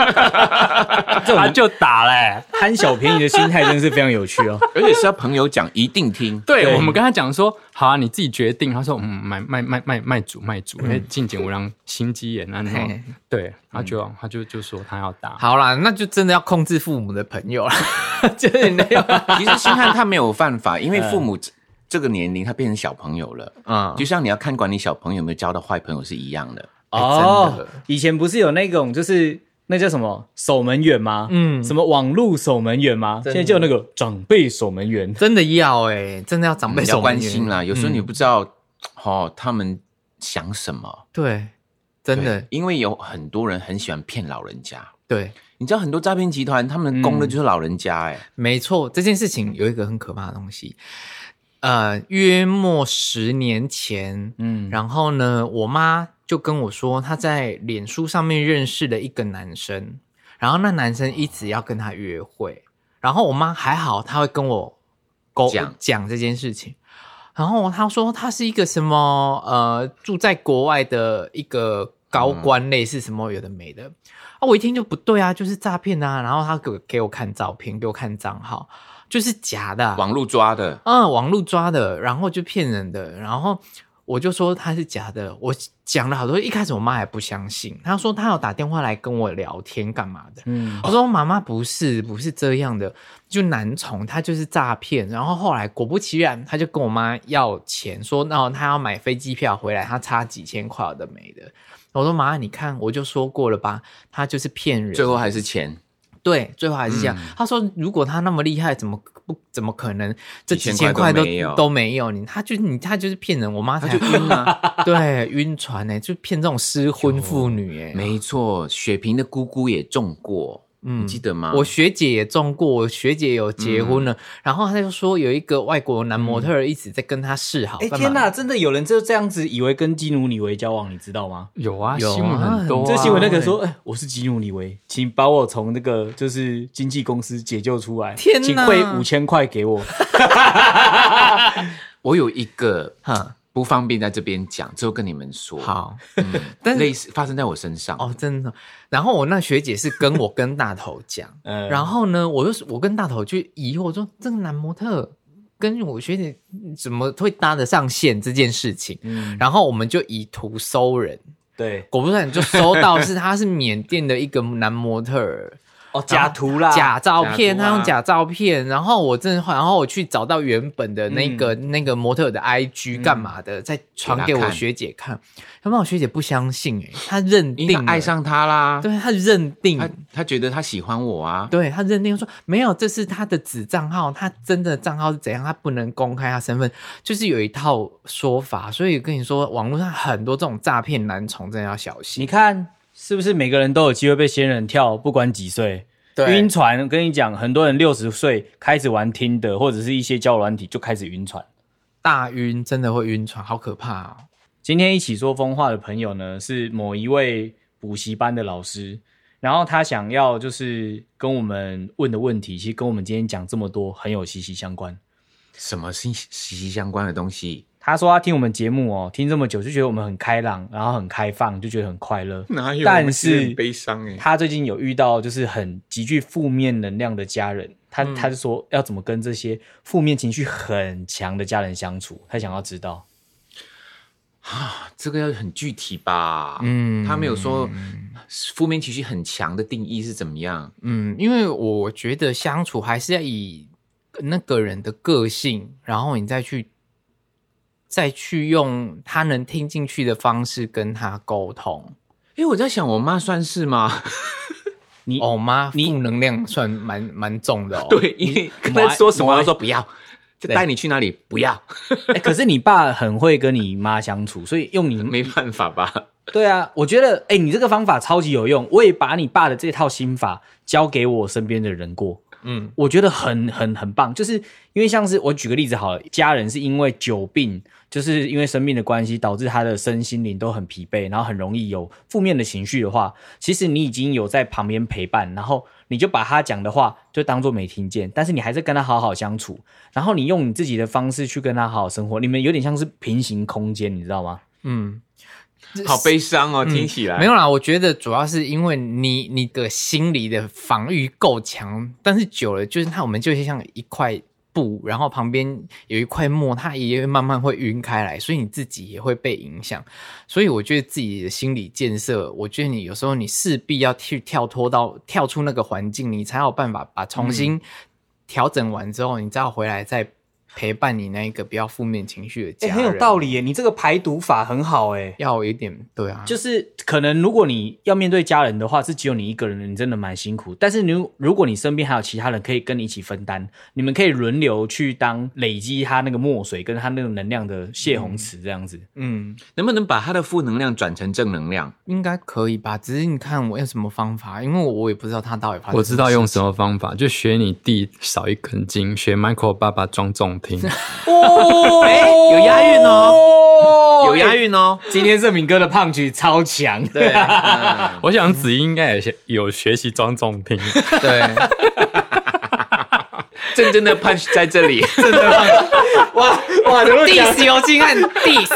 Speaker 2: 这
Speaker 4: 她
Speaker 2: 种
Speaker 4: 就打嘞、
Speaker 2: 贪小便宜的心态真是非常有趣哦。
Speaker 3: 而且是要朋友讲，一定听。
Speaker 4: 对
Speaker 2: 对
Speaker 4: 我们跟他讲说，好啊，你自己决定。他说，嗯，买卖卖卖卖主卖主，哎因为近景无让心肌炎啊，然后
Speaker 5: 嘿
Speaker 4: 对，他就他就就说他要打，
Speaker 5: 好啦，那就真的要控制父母的朋友啦， *laughs* 就是那
Speaker 2: *laughs*
Speaker 5: 样。
Speaker 3: *laughs* 其实星汉他没有犯法，因为父 *laughs* 母这这个年龄他变成小朋友了，
Speaker 5: 嗯，
Speaker 3: 就像你要看管你小朋友有没有交到坏朋友是一样 *laughs* 的。
Speaker 5: 哎真的，
Speaker 2: 哦以前不是有那种就是那叫什么守门员吗？
Speaker 5: 嗯
Speaker 2: 嗯，什么网络守门员吗？
Speaker 5: 真
Speaker 2: 现
Speaker 5: 的
Speaker 2: 在就有那个长辈守门员，
Speaker 5: 真的要哎、真的要长辈
Speaker 3: 比较
Speaker 5: 守
Speaker 3: 关
Speaker 5: 门员
Speaker 3: 心啦，有时候你不知道、哦，他们想什么。
Speaker 5: 对，真的
Speaker 3: 对因为有很多人很喜欢骗老人家。
Speaker 5: 对，
Speaker 3: 你知道很多诈骗集团他们攻的就是老人家、哎、
Speaker 5: 没错。这件事情有一个很可怕的东西，呃，约莫十年前，嗯，然后呢，我妈就跟我说，她在脸书上面认识了一个男生，然后那男生一直要跟她约会，然后我妈还好，她会跟我沟
Speaker 3: 讲
Speaker 5: 讲这件事情。然后她说她是一个什么呃住在国外的一个高官，类似什么有的没的。啊，我一听就不对啊，就是诈骗啊。然后她给我给我看照片，给我看账号，就是假的啊、
Speaker 3: 网络抓的，
Speaker 5: 啊嗯，网路抓的，然后就骗人的，然后我就说他是假的，我讲了好多，一开始我妈还不相信，她说她有打电话来跟我聊天干嘛的，
Speaker 2: 嗯，
Speaker 5: 我说妈妈不是不是这样的，就男宠他就是诈骗，然后后来果不其然，他就跟我妈要钱，说那他要买飞机票回来，他差几千块有的没的。我说妈，你看我就说过了吧，他就是骗人。
Speaker 3: 最后还是钱，
Speaker 5: 对，最后还是这样。他说，如果他那么厉害，怎么不怎么可能这
Speaker 3: 几
Speaker 5: 几
Speaker 3: 千
Speaker 5: 千
Speaker 3: 块
Speaker 5: 块
Speaker 3: 都
Speaker 5: 都
Speaker 3: 没有
Speaker 5: 都没有？你他就你他就是骗人，我妈才晕啊，对， *laughs* 晕船呢、欸就骗这种失婚妇女哎、
Speaker 3: 没啊错。雪萍的姑姑也中过，你记得吗？
Speaker 5: 我学姐也中过，我学姐有结婚了，然后她就说有一个外国男模特儿一直在跟她示好，
Speaker 2: 哎、
Speaker 5: 干嘛
Speaker 2: 天哪，真的有人就这样子以为跟基努里维交往，你知道吗？
Speaker 4: 有啊，
Speaker 5: 有啊
Speaker 4: 新闻很多、啊。
Speaker 2: 这新闻那个说，哎、我是基努里维，请把我从那个就是经纪公司解救出来，
Speaker 5: 天哪
Speaker 2: 请汇五千块给我。，
Speaker 3: 我有一个
Speaker 5: 哈，
Speaker 3: 不方便在这边讲，之后跟你们说。，嗯
Speaker 5: 好，但
Speaker 3: 类
Speaker 5: 是
Speaker 3: 似发生在我身上。
Speaker 5: 哦，真的。然后我那学姐是跟我跟大头讲
Speaker 2: 嗯
Speaker 5: *laughs* 然后呢，我就是我跟大头就疑惑我说，这个男模特儿跟我学姐怎么会搭得上线这件事情？
Speaker 2: 嗯，
Speaker 5: 然后我们就以图搜人，
Speaker 2: 对，
Speaker 5: 果不其然就搜到是他是缅甸的一个男模特儿。
Speaker 2: 哦，假图啦，
Speaker 5: 假照
Speaker 3: *laughs*
Speaker 5: 片，
Speaker 3: 假图啊
Speaker 5: 他用假照片，然后我真的，然后我去找到原本的那个、那个模特儿的 IG 干嘛的，再传给
Speaker 3: 嗯给她
Speaker 5: 我
Speaker 3: 看
Speaker 5: 学姐看，他妈我学姐不相信哎、她认
Speaker 3: 因为
Speaker 5: 定
Speaker 3: 她
Speaker 5: 了
Speaker 3: 爱，上他啦，
Speaker 5: 对她认定
Speaker 3: 他，他觉得他喜欢我啊。
Speaker 5: 对她认定说没有，这是她的子账号，她真的账号是怎样，她不能公开她身份，就是有一套说法，所以跟你说，网络上很多这种诈骗男宠真的要小
Speaker 2: 你
Speaker 5: 心，
Speaker 2: 看是不是每个人都有机会被仙人跳，不管几岁。
Speaker 5: 对
Speaker 2: 晕船，跟你讲，很多人六十岁开始玩听的，或者是一些交友软体就开始晕船。
Speaker 5: 大晕真的会晕船，好可怕哦。
Speaker 2: 今天一起说疯话的朋友呢，是某一位补习班的老师，然后他想要就是跟我们问的问题，其实跟我们今天讲这么多很有息息相关。
Speaker 3: 什么是息息相关的东西？
Speaker 2: 他说他听我们节目哦，听这么久就觉得我们很开朗，然后很开放，就觉得很快乐。
Speaker 3: 哪有我
Speaker 2: 但
Speaker 3: 们其实
Speaker 2: 是
Speaker 3: 很悲伤欸
Speaker 2: 他最近有遇到就是很极具负面能量的家人，他、
Speaker 3: 嗯
Speaker 2: 他就说要怎么跟这些负面情绪很强的家人相处，他想要知道。
Speaker 3: 啊这个要很具体吧？嗯，
Speaker 5: 嗯
Speaker 3: 他没有说负面情绪很强的定义是怎么样。
Speaker 5: 嗯，因为我觉得相处还是要以那个人的个性，然后你再去再去用他能听进去的方式跟他沟通。
Speaker 3: 因为我在想，我妈算是吗？
Speaker 2: 你
Speaker 5: 哦妈，
Speaker 2: 你
Speaker 5: 负能量算蛮蛮重的哦。，
Speaker 3: 对，因为跟她说什么，她说不要，就带你去哪里不要，
Speaker 2: 欸可是你爸很会跟你妈相处，所以用
Speaker 3: *laughs*
Speaker 2: 你
Speaker 3: 没办法吧？
Speaker 2: 对啊，我觉得哎、欸你这个方法超级有用，我也把你爸的这套心法教给我身边的人过。
Speaker 5: 嗯，
Speaker 2: 我觉得很很很棒，就是因为像是我举个例子好了，家人是因为久病，就是因为生病的关系，导致他的身心灵都很疲惫，然后很容易有负面的情绪的话，其实你已经有在旁边陪伴，然后你就把他讲的话就当做没听见，但是你还是跟他好好相处，然后你用你自己的方式去跟他好好生活，你们有点像是平行空间，你知道吗？
Speaker 5: 嗯，
Speaker 3: 好悲伤哦，听起来
Speaker 5: 没有啦。我觉得主要是因为你你的心理的防御够强，但是久了就是他，我们就像一块。布，然后旁边有一块墨，它也会慢慢会晕开来，所以你自己也会被影响。所以我觉得自己的心理建设，我觉得你有时候你势必要去跳脱到跳出那个环境，你才有办法把重
Speaker 2: 嗯
Speaker 5: 新调整完之后，你再回来再陪伴你那一个比较负面情绪的
Speaker 2: 哎、
Speaker 5: 家人，
Speaker 2: 很有道，理耶！你这个排毒法很好哎，
Speaker 5: 要有一点对啊，
Speaker 2: 就是可能如果你要面对家人的话，是只有你一个人，你真的蛮辛苦。但是你如如果你身边还有其他人可以跟你一起分担，你们可以轮流去当累积他那个墨水跟他那种能量的泄洪池这样子。
Speaker 5: 嗯。
Speaker 3: 能不能把她的负能量转成正能量？
Speaker 5: 应该可以吧？只是你看我用什么方法，因为我我也不知道他到底发生。
Speaker 4: 我知道用什么方法，啊就学你弟少一根筋，学 Michael 爸爸装重 *laughs* 听。
Speaker 2: 哦，
Speaker 3: 有押韵
Speaker 2: 哦
Speaker 3: 有押。韵哦。
Speaker 2: 今天盛敏哥的胖曲超
Speaker 3: *laughs*
Speaker 2: 强，
Speaker 5: 对
Speaker 3: 啊
Speaker 4: 我想子怡应该也学有学习装重 *laughs* 听，
Speaker 5: 对，
Speaker 3: *laughs* 真正 *laughs* 的 punch 在这里，
Speaker 2: 哇哇，怎么
Speaker 3: *laughs*
Speaker 5: diss 尤金汉 diss，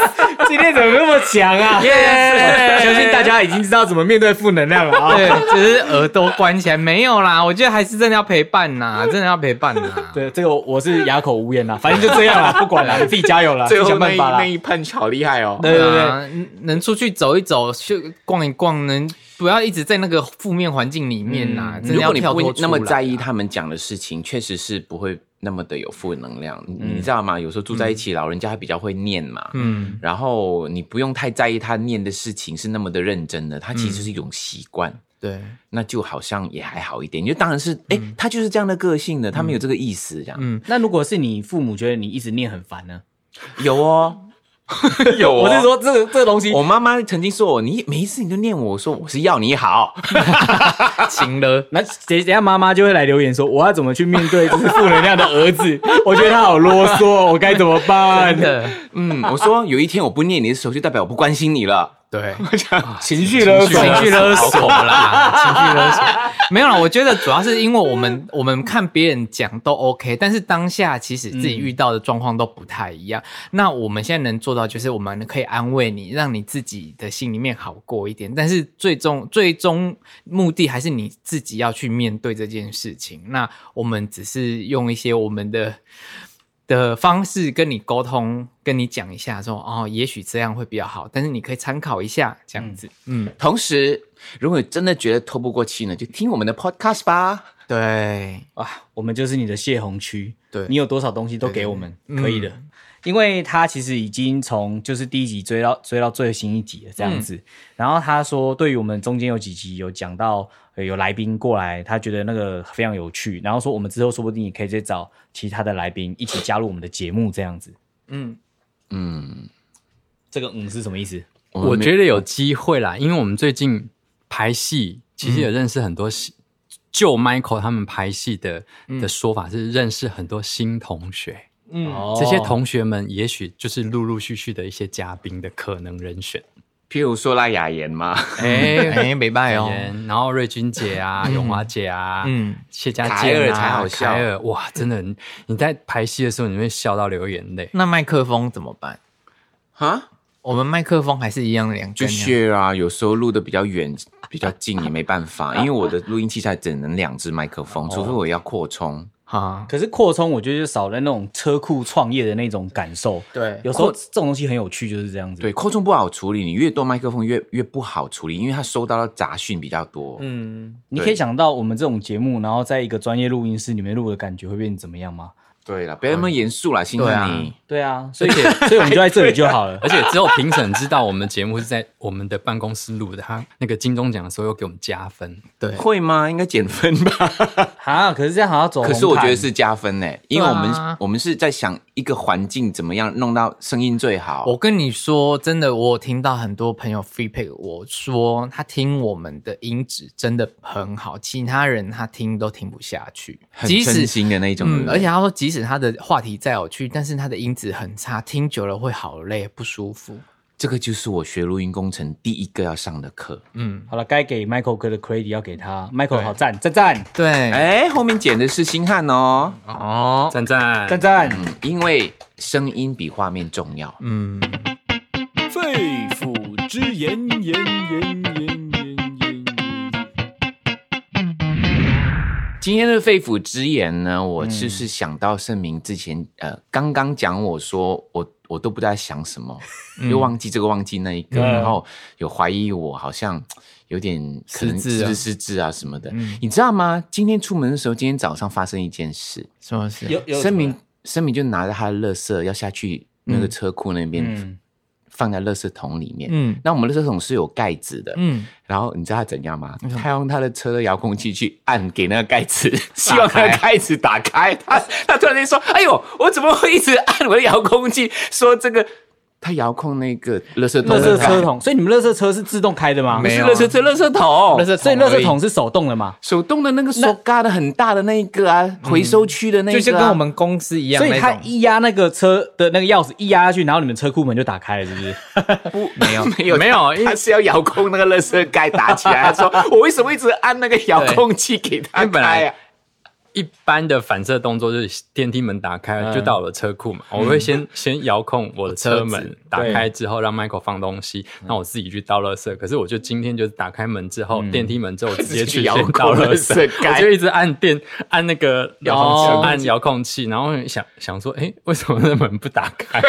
Speaker 2: 今天怎么那么强啊？相信大家已经知道怎么面对负能量了啊。
Speaker 5: 对，只是耳朵关起来没有啦。我觉得还是真的要陪伴呐，
Speaker 3: 嗯
Speaker 5: 真的要陪伴呐。
Speaker 2: 对，这个我是哑口无言啦，反正就这样啊啦，不管啦，你自己加油啦，自
Speaker 3: 最
Speaker 2: 己
Speaker 3: 后
Speaker 2: 想
Speaker 3: 那
Speaker 2: 办
Speaker 3: 一
Speaker 2: 法啦
Speaker 3: 那。一punch 好厉害哦。
Speaker 2: 对对对，
Speaker 5: 啊，能出去走一走，去逛一逛，能不要一直在那个负面环境里面呐。真
Speaker 3: 嗯如
Speaker 5: 的
Speaker 3: 果
Speaker 5: 要
Speaker 3: 你
Speaker 5: 跳脱
Speaker 3: 不
Speaker 5: 出
Speaker 3: 那么在
Speaker 5: 来啊
Speaker 3: 意他们讲的事情，确实是不会那么的有负能量，你你知道吗？有时候住在一起，老人家还比较会念嘛，嗯，然后你不用太在意他念的事情是那么的认真的，他其实是一种习惯。
Speaker 5: 对。
Speaker 3: 那就好像也还好一点，因为当然是，哎、他就是这样的个性的，他没有这个意思，这样、
Speaker 2: 那如果是你父母觉得你一直念很烦呢？
Speaker 3: 有 *laughs* 哦，有哦。
Speaker 2: 我是，说这个这个东西，
Speaker 3: 我妈妈曾经说我，你每一次你都念我，我说我是要你好， *laughs*
Speaker 5: 行了，
Speaker 2: 那等等一下妈妈就会来留言说，我要怎么去面对就是负能量的儿
Speaker 5: *laughs*
Speaker 2: 子？我觉得他好啰嗦，我该怎么办？
Speaker 4: *laughs*
Speaker 5: 的，
Speaker 3: 嗯，我说有一天我不念你的时候，就代表我不关心你了。
Speaker 5: 对，
Speaker 2: 情绪勒索，啊
Speaker 5: 情绪勒索啦，情绪勒索。 *laughs* 没有啦，我觉得主要是因为我们我们看别人讲都 OK，但是当下其实自己遇到的状况都不太一样。那我们现在能做到就是我们可以安慰你，让你自己的心里面好过一点。但是最终最终目的还是你自己要去面对这件事情。那我们只是用一些我们的。的方式跟你沟通，跟你讲一下说哦，也许这样会比较好，但是你可以参考一下这样子。嗯
Speaker 3: 同时，如果你真的觉得透不过气呢，就听我们的 podcast 吧。
Speaker 5: 对，
Speaker 2: 啊，我们就是你的泄洪区，
Speaker 5: 对
Speaker 2: 你有多少东西都给我们，可以的。因为他其实已经从就是第一集追到追到最新一集了这样子，然后他说对于我们中间有几集有讲到、呃有来宾过来，他觉得那个非常有趣，然后说我们之后说不定也可以再找其他的来宾一起加入我们的节目这样子。
Speaker 5: 嗯，
Speaker 3: 嗯，
Speaker 2: 这个嗯是什么意思？
Speaker 4: 我
Speaker 3: 没
Speaker 4: 觉得有机会啦，因为我们最近排戏，其实也认识很多新。就 Michael 他们排戏的的说法是认识很多新同学，
Speaker 5: 嗯
Speaker 2: 哦
Speaker 4: 这些同学们也许就是陆陆续续的一些嘉宾的可能人选，
Speaker 3: 譬如说拉雅妍嘛，
Speaker 5: *laughs* 哎哎，没拜哦，
Speaker 4: 然后瑞君姐啊、永华姐啊、
Speaker 5: 嗯
Speaker 4: 谢佳
Speaker 3: 凯
Speaker 4: 健
Speaker 3: 尔
Speaker 4: 啊、
Speaker 3: 才好笑
Speaker 4: 凯尔哇，真的，你你在排戏的时候，你会笑到流眼泪。
Speaker 5: 那麦克风怎么办？
Speaker 3: 哈，
Speaker 5: 我们麦克风还是一样的两
Speaker 3: 就
Speaker 5: 根啊，
Speaker 3: share 啊，有时候录的比较远、比较近也没办法，因为我的录音器材只能两只麦克风，除非我要扩充。
Speaker 5: 哈，
Speaker 2: 可是扩充，我觉得就少了那种车库创业的那种感受。
Speaker 5: 对
Speaker 2: 有时候这种东西很有趣，就是这样子。
Speaker 3: 对，扩充不好处理，你越多麦克风越越不好处理，因为它收到的杂讯比较多。嗯，
Speaker 2: 你可以想到我们这种节目，然后在一个专业录音室里面录的感觉会变成怎么样吗？
Speaker 3: 对了，不要那么严肃啦，辛苦
Speaker 5: 对啊
Speaker 3: 你。
Speaker 2: 对啊，所以 *laughs* 所以我们就在这里就好了。
Speaker 4: 而且只有评审知道我们节目是在我们的办公室录的，他那个金钟奖的时候又给我们加分。
Speaker 5: 对，
Speaker 3: *laughs* 会吗？应该减分吧。
Speaker 2: 啊，可是这样好像走红
Speaker 3: *laughs* 可
Speaker 2: 毯。
Speaker 3: 是我觉得是加分呢、因为我们、
Speaker 5: 对啊
Speaker 3: 我们是在想一个环境怎么样弄到声音最好。
Speaker 5: 我跟你说，真的，我有听到很多朋友 feedback，我说他听我们的音质真的很好，其他人他听都听不下去，
Speaker 3: 很
Speaker 5: 即使
Speaker 3: 真心的那种，对
Speaker 5: 嗯，
Speaker 3: 不
Speaker 5: 而
Speaker 3: 对
Speaker 5: 且他说，即使他的话题再有趣，但是他的音质很差，听久了会好累，不舒服。
Speaker 3: 这个就是我学录音工程第一个要上的课。
Speaker 5: 嗯，
Speaker 2: 好了，该给 Michael 哥的 credit 要给他，Michael 好赞赞赞
Speaker 5: 对，
Speaker 3: 哎，后面剪的是星汉哦，
Speaker 5: 哦，
Speaker 4: 赞赞
Speaker 2: 赞赞。
Speaker 3: 嗯，因为声音比画面重要。
Speaker 5: 嗯，
Speaker 1: 肺腑之言，言言言言言言。
Speaker 3: 今天的肺腑之言呢，我就是想到盛明之前、呃刚刚讲我说我我都不知道在想什么，
Speaker 5: 嗯
Speaker 3: 又忘记这个忘记那一个，
Speaker 2: 嗯
Speaker 3: 然后有怀疑我好像有点可能
Speaker 5: 失智
Speaker 3: 是
Speaker 5: 啊嗯
Speaker 3: 不是失智啊什么的，你知道吗？今天出门的时候，今天早上发生一件事，
Speaker 5: 什么事？
Speaker 2: 有有
Speaker 3: 盛明盛明就拿着他的垃圾要下去那个车库那边、
Speaker 2: 嗯
Speaker 3: 放在垃圾桶里面，
Speaker 5: 嗯
Speaker 3: 那我们垃圾桶是有盖子的，
Speaker 5: 嗯，
Speaker 3: 然后你知道他怎样吗？他用他的车的遥控器去按给那个盖子，希望那个盖子打开。他他突然间说：“哎呦，我怎么会一直按我的遥控器？”说这个他遥控那个垃圾桶
Speaker 2: 垃
Speaker 3: 的
Speaker 2: 圾
Speaker 3: 盖，
Speaker 2: 车桶，所以你们垃圾车是自动开的吗？
Speaker 3: 不是
Speaker 5: 没有
Speaker 3: 垃圾车，垃圾桶，
Speaker 5: 圾
Speaker 2: 所以垃圾桶
Speaker 5: 而
Speaker 2: 是手动的嘛？
Speaker 3: 手动的那个手嘎的很大的那一个啊，回收区的那一
Speaker 5: 已
Speaker 3: 个、啊，
Speaker 5: 就像跟我们公司一样
Speaker 2: 所
Speaker 5: 那
Speaker 2: 以
Speaker 5: 种，
Speaker 2: 他一压那个车的那个钥匙一压下去，然后你们车库门就打开了，是不
Speaker 3: *laughs*
Speaker 2: 是？
Speaker 3: 不没有 *laughs* 没有
Speaker 4: 没有因为
Speaker 3: 他是要遥控那个垃圾盖打起来。他说：“我为什么一直按那个遥控器给他
Speaker 4: 因为本
Speaker 3: 开
Speaker 4: 来
Speaker 3: 啊
Speaker 4: 一般的反射动作就是电梯门打开了就到了车库嘛，我会先 *laughs* 先遥控我的车
Speaker 5: 嗯车
Speaker 4: 门
Speaker 5: 子
Speaker 4: 打开之后让 Michael 放东西，那我自己去倒垃圾。可是我就今天就是打开门之后，
Speaker 5: 嗯
Speaker 4: 电梯门之后我直
Speaker 5: *laughs*
Speaker 4: 接去
Speaker 3: 遥
Speaker 4: 先
Speaker 3: 控
Speaker 4: 倒垃
Speaker 3: 垃圾
Speaker 4: 圾，
Speaker 3: 盖
Speaker 4: *laughs* 我就一直按电按那个
Speaker 3: 遥控器
Speaker 4: 哦按遥控器，然后想想说，哎，为什么那门不打开？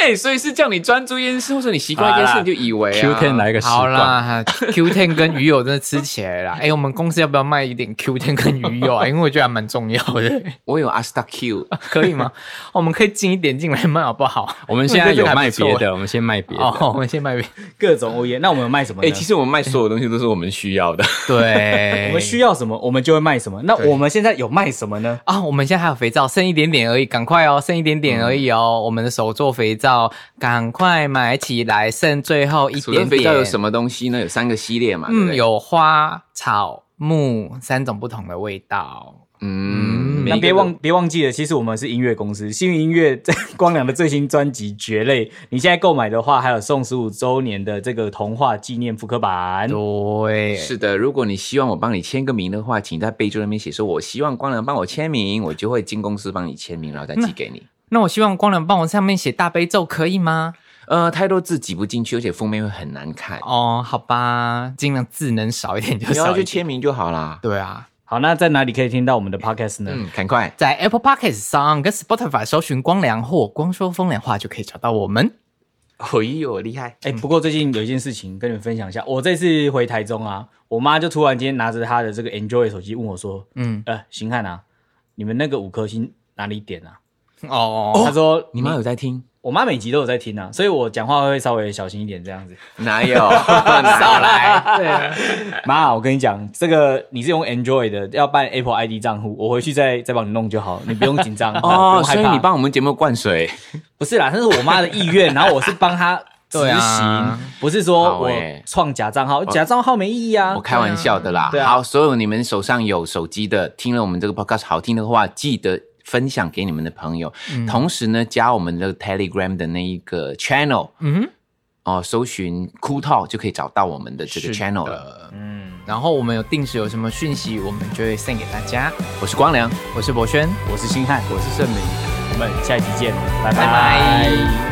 Speaker 3: 哎、所以是叫你专注淹式，或者你习惯淹式，
Speaker 4: 好啦
Speaker 3: 你就以为
Speaker 4: Q
Speaker 3: 啊
Speaker 4: ten 来个习
Speaker 5: 好
Speaker 4: 惯，
Speaker 5: 啦，Q Ten 跟鱼友真的吃起来了啦。哎、我们公司要不要卖一点 Q Ten 跟鱼友啊？因为我觉得还蛮重要的，
Speaker 3: 我有 Asta Q，
Speaker 5: 可以吗？哦我们可以进一点进来卖好不好？
Speaker 4: 我们现在有卖
Speaker 5: 我
Speaker 4: 别
Speaker 5: 觉得
Speaker 4: 的，我们先卖别的。
Speaker 5: 哦，我们先卖别。
Speaker 2: 各种欧耶。那我们有卖什么
Speaker 3: *laughs* 哎、
Speaker 2: 呢？
Speaker 3: 其实我们卖所有东西都是我们需要的。
Speaker 5: *laughs* 对，
Speaker 2: 我们需要什么，我们就会卖什么。那
Speaker 3: 对
Speaker 2: 我们现在有卖什么呢？
Speaker 5: 啊，我们现在还有肥皂，剩一点点而已，赶快哦，剩一点点而已哦。
Speaker 4: 嗯
Speaker 5: 我们的手做肥皂，赶快买起来，剩最后
Speaker 3: *laughs*
Speaker 5: 一
Speaker 3: 除了
Speaker 5: 点点。
Speaker 3: 肥皂有什么东西呢？有三个系
Speaker 4: 啊
Speaker 3: 列嘛，对不
Speaker 5: 嗯，
Speaker 3: 对，
Speaker 5: 有花草木三种不同的味道。
Speaker 3: 嗯，每一
Speaker 2: 那
Speaker 3: 个
Speaker 2: 别
Speaker 3: 都
Speaker 2: 忘别忘记了，其实我们是音乐公司，幸运音乐在 *laughs* 光良的最新专辑《蕨类》，你现在购买的话，还有送十五周年的这个童话纪念复刻版。
Speaker 5: 对，
Speaker 3: 是的，如果你希望我帮你签个名的话，请在备注那边写说我希望光良帮我签名，我就会进公司帮你签名，然后再寄给 *laughs* 你。
Speaker 5: 那我希望光良帮我上面写大悲咒，可以吗？
Speaker 3: 呃，太多字挤不进去，而且封面会很难看。
Speaker 5: 哦，好吧，尽量字能少一点就
Speaker 3: 你
Speaker 5: 少
Speaker 3: 要
Speaker 5: 一
Speaker 3: 去
Speaker 5: 点。
Speaker 3: 签名就好啦。
Speaker 5: 对啊，
Speaker 2: 好，那在哪里可以听到我们的 podcast 呢？
Speaker 3: 嗯，赶快。
Speaker 5: 在 Apple Podcast 上跟 Spotify 搜寻“光良”或“光说风凉话”就可以找到我们。
Speaker 3: *laughs* 哎呦，厉害！
Speaker 2: 哎、不过最近有一件事情跟你们分享一下，我这次回台中啊，我妈就突然间拿着她的这个 Enjoy 手机问我说：“嗯
Speaker 5: 嗯，
Speaker 2: 呃，星汉啊，你们那个五颗星哪里点啊？”
Speaker 5: 哦，
Speaker 2: 她说：“
Speaker 3: 你妈有在听？
Speaker 2: 我妈每集都有在听啊，所以我讲话会稍微小心一点这样子。
Speaker 3: 哪有？ *laughs* 少来。
Speaker 2: *laughs* 妈，我跟你讲，这个你是用 Android 的，要办 Apple ID 账户，我回去再再帮你弄就好，你不用紧
Speaker 3: *laughs*
Speaker 2: 张不
Speaker 3: 哦，
Speaker 2: 用害
Speaker 3: 所以
Speaker 2: 怕
Speaker 3: 你帮我们节目灌水，
Speaker 2: 不是啦，那是我妈的意愿，然后我是帮她执
Speaker 5: 对
Speaker 2: 行，
Speaker 5: 啊
Speaker 2: 不是说
Speaker 3: 好
Speaker 2: 我
Speaker 3: 欸
Speaker 2: 创假账号，假账号没意义啊
Speaker 3: 我。开玩笑的啦
Speaker 2: 对。啊
Speaker 3: 好，所有你们手上有手机的，听了我们这个 podcast 好听的话，记得。分享给你们的朋友，同时呢，加我们的 Telegram 的那一个 channel，
Speaker 5: 嗯
Speaker 3: 哦，搜寻 Cool Talk 就可以找到我们的这个
Speaker 5: 是
Speaker 3: channel 了。
Speaker 5: 的，嗯。然后我们有定时有什么讯息，我们就会 send 给大家。
Speaker 3: 我是光良。
Speaker 5: 我是博轩，
Speaker 2: 我是星汉，
Speaker 5: 我是盛明，
Speaker 2: 我们下一集见，拜
Speaker 5: 拜拜。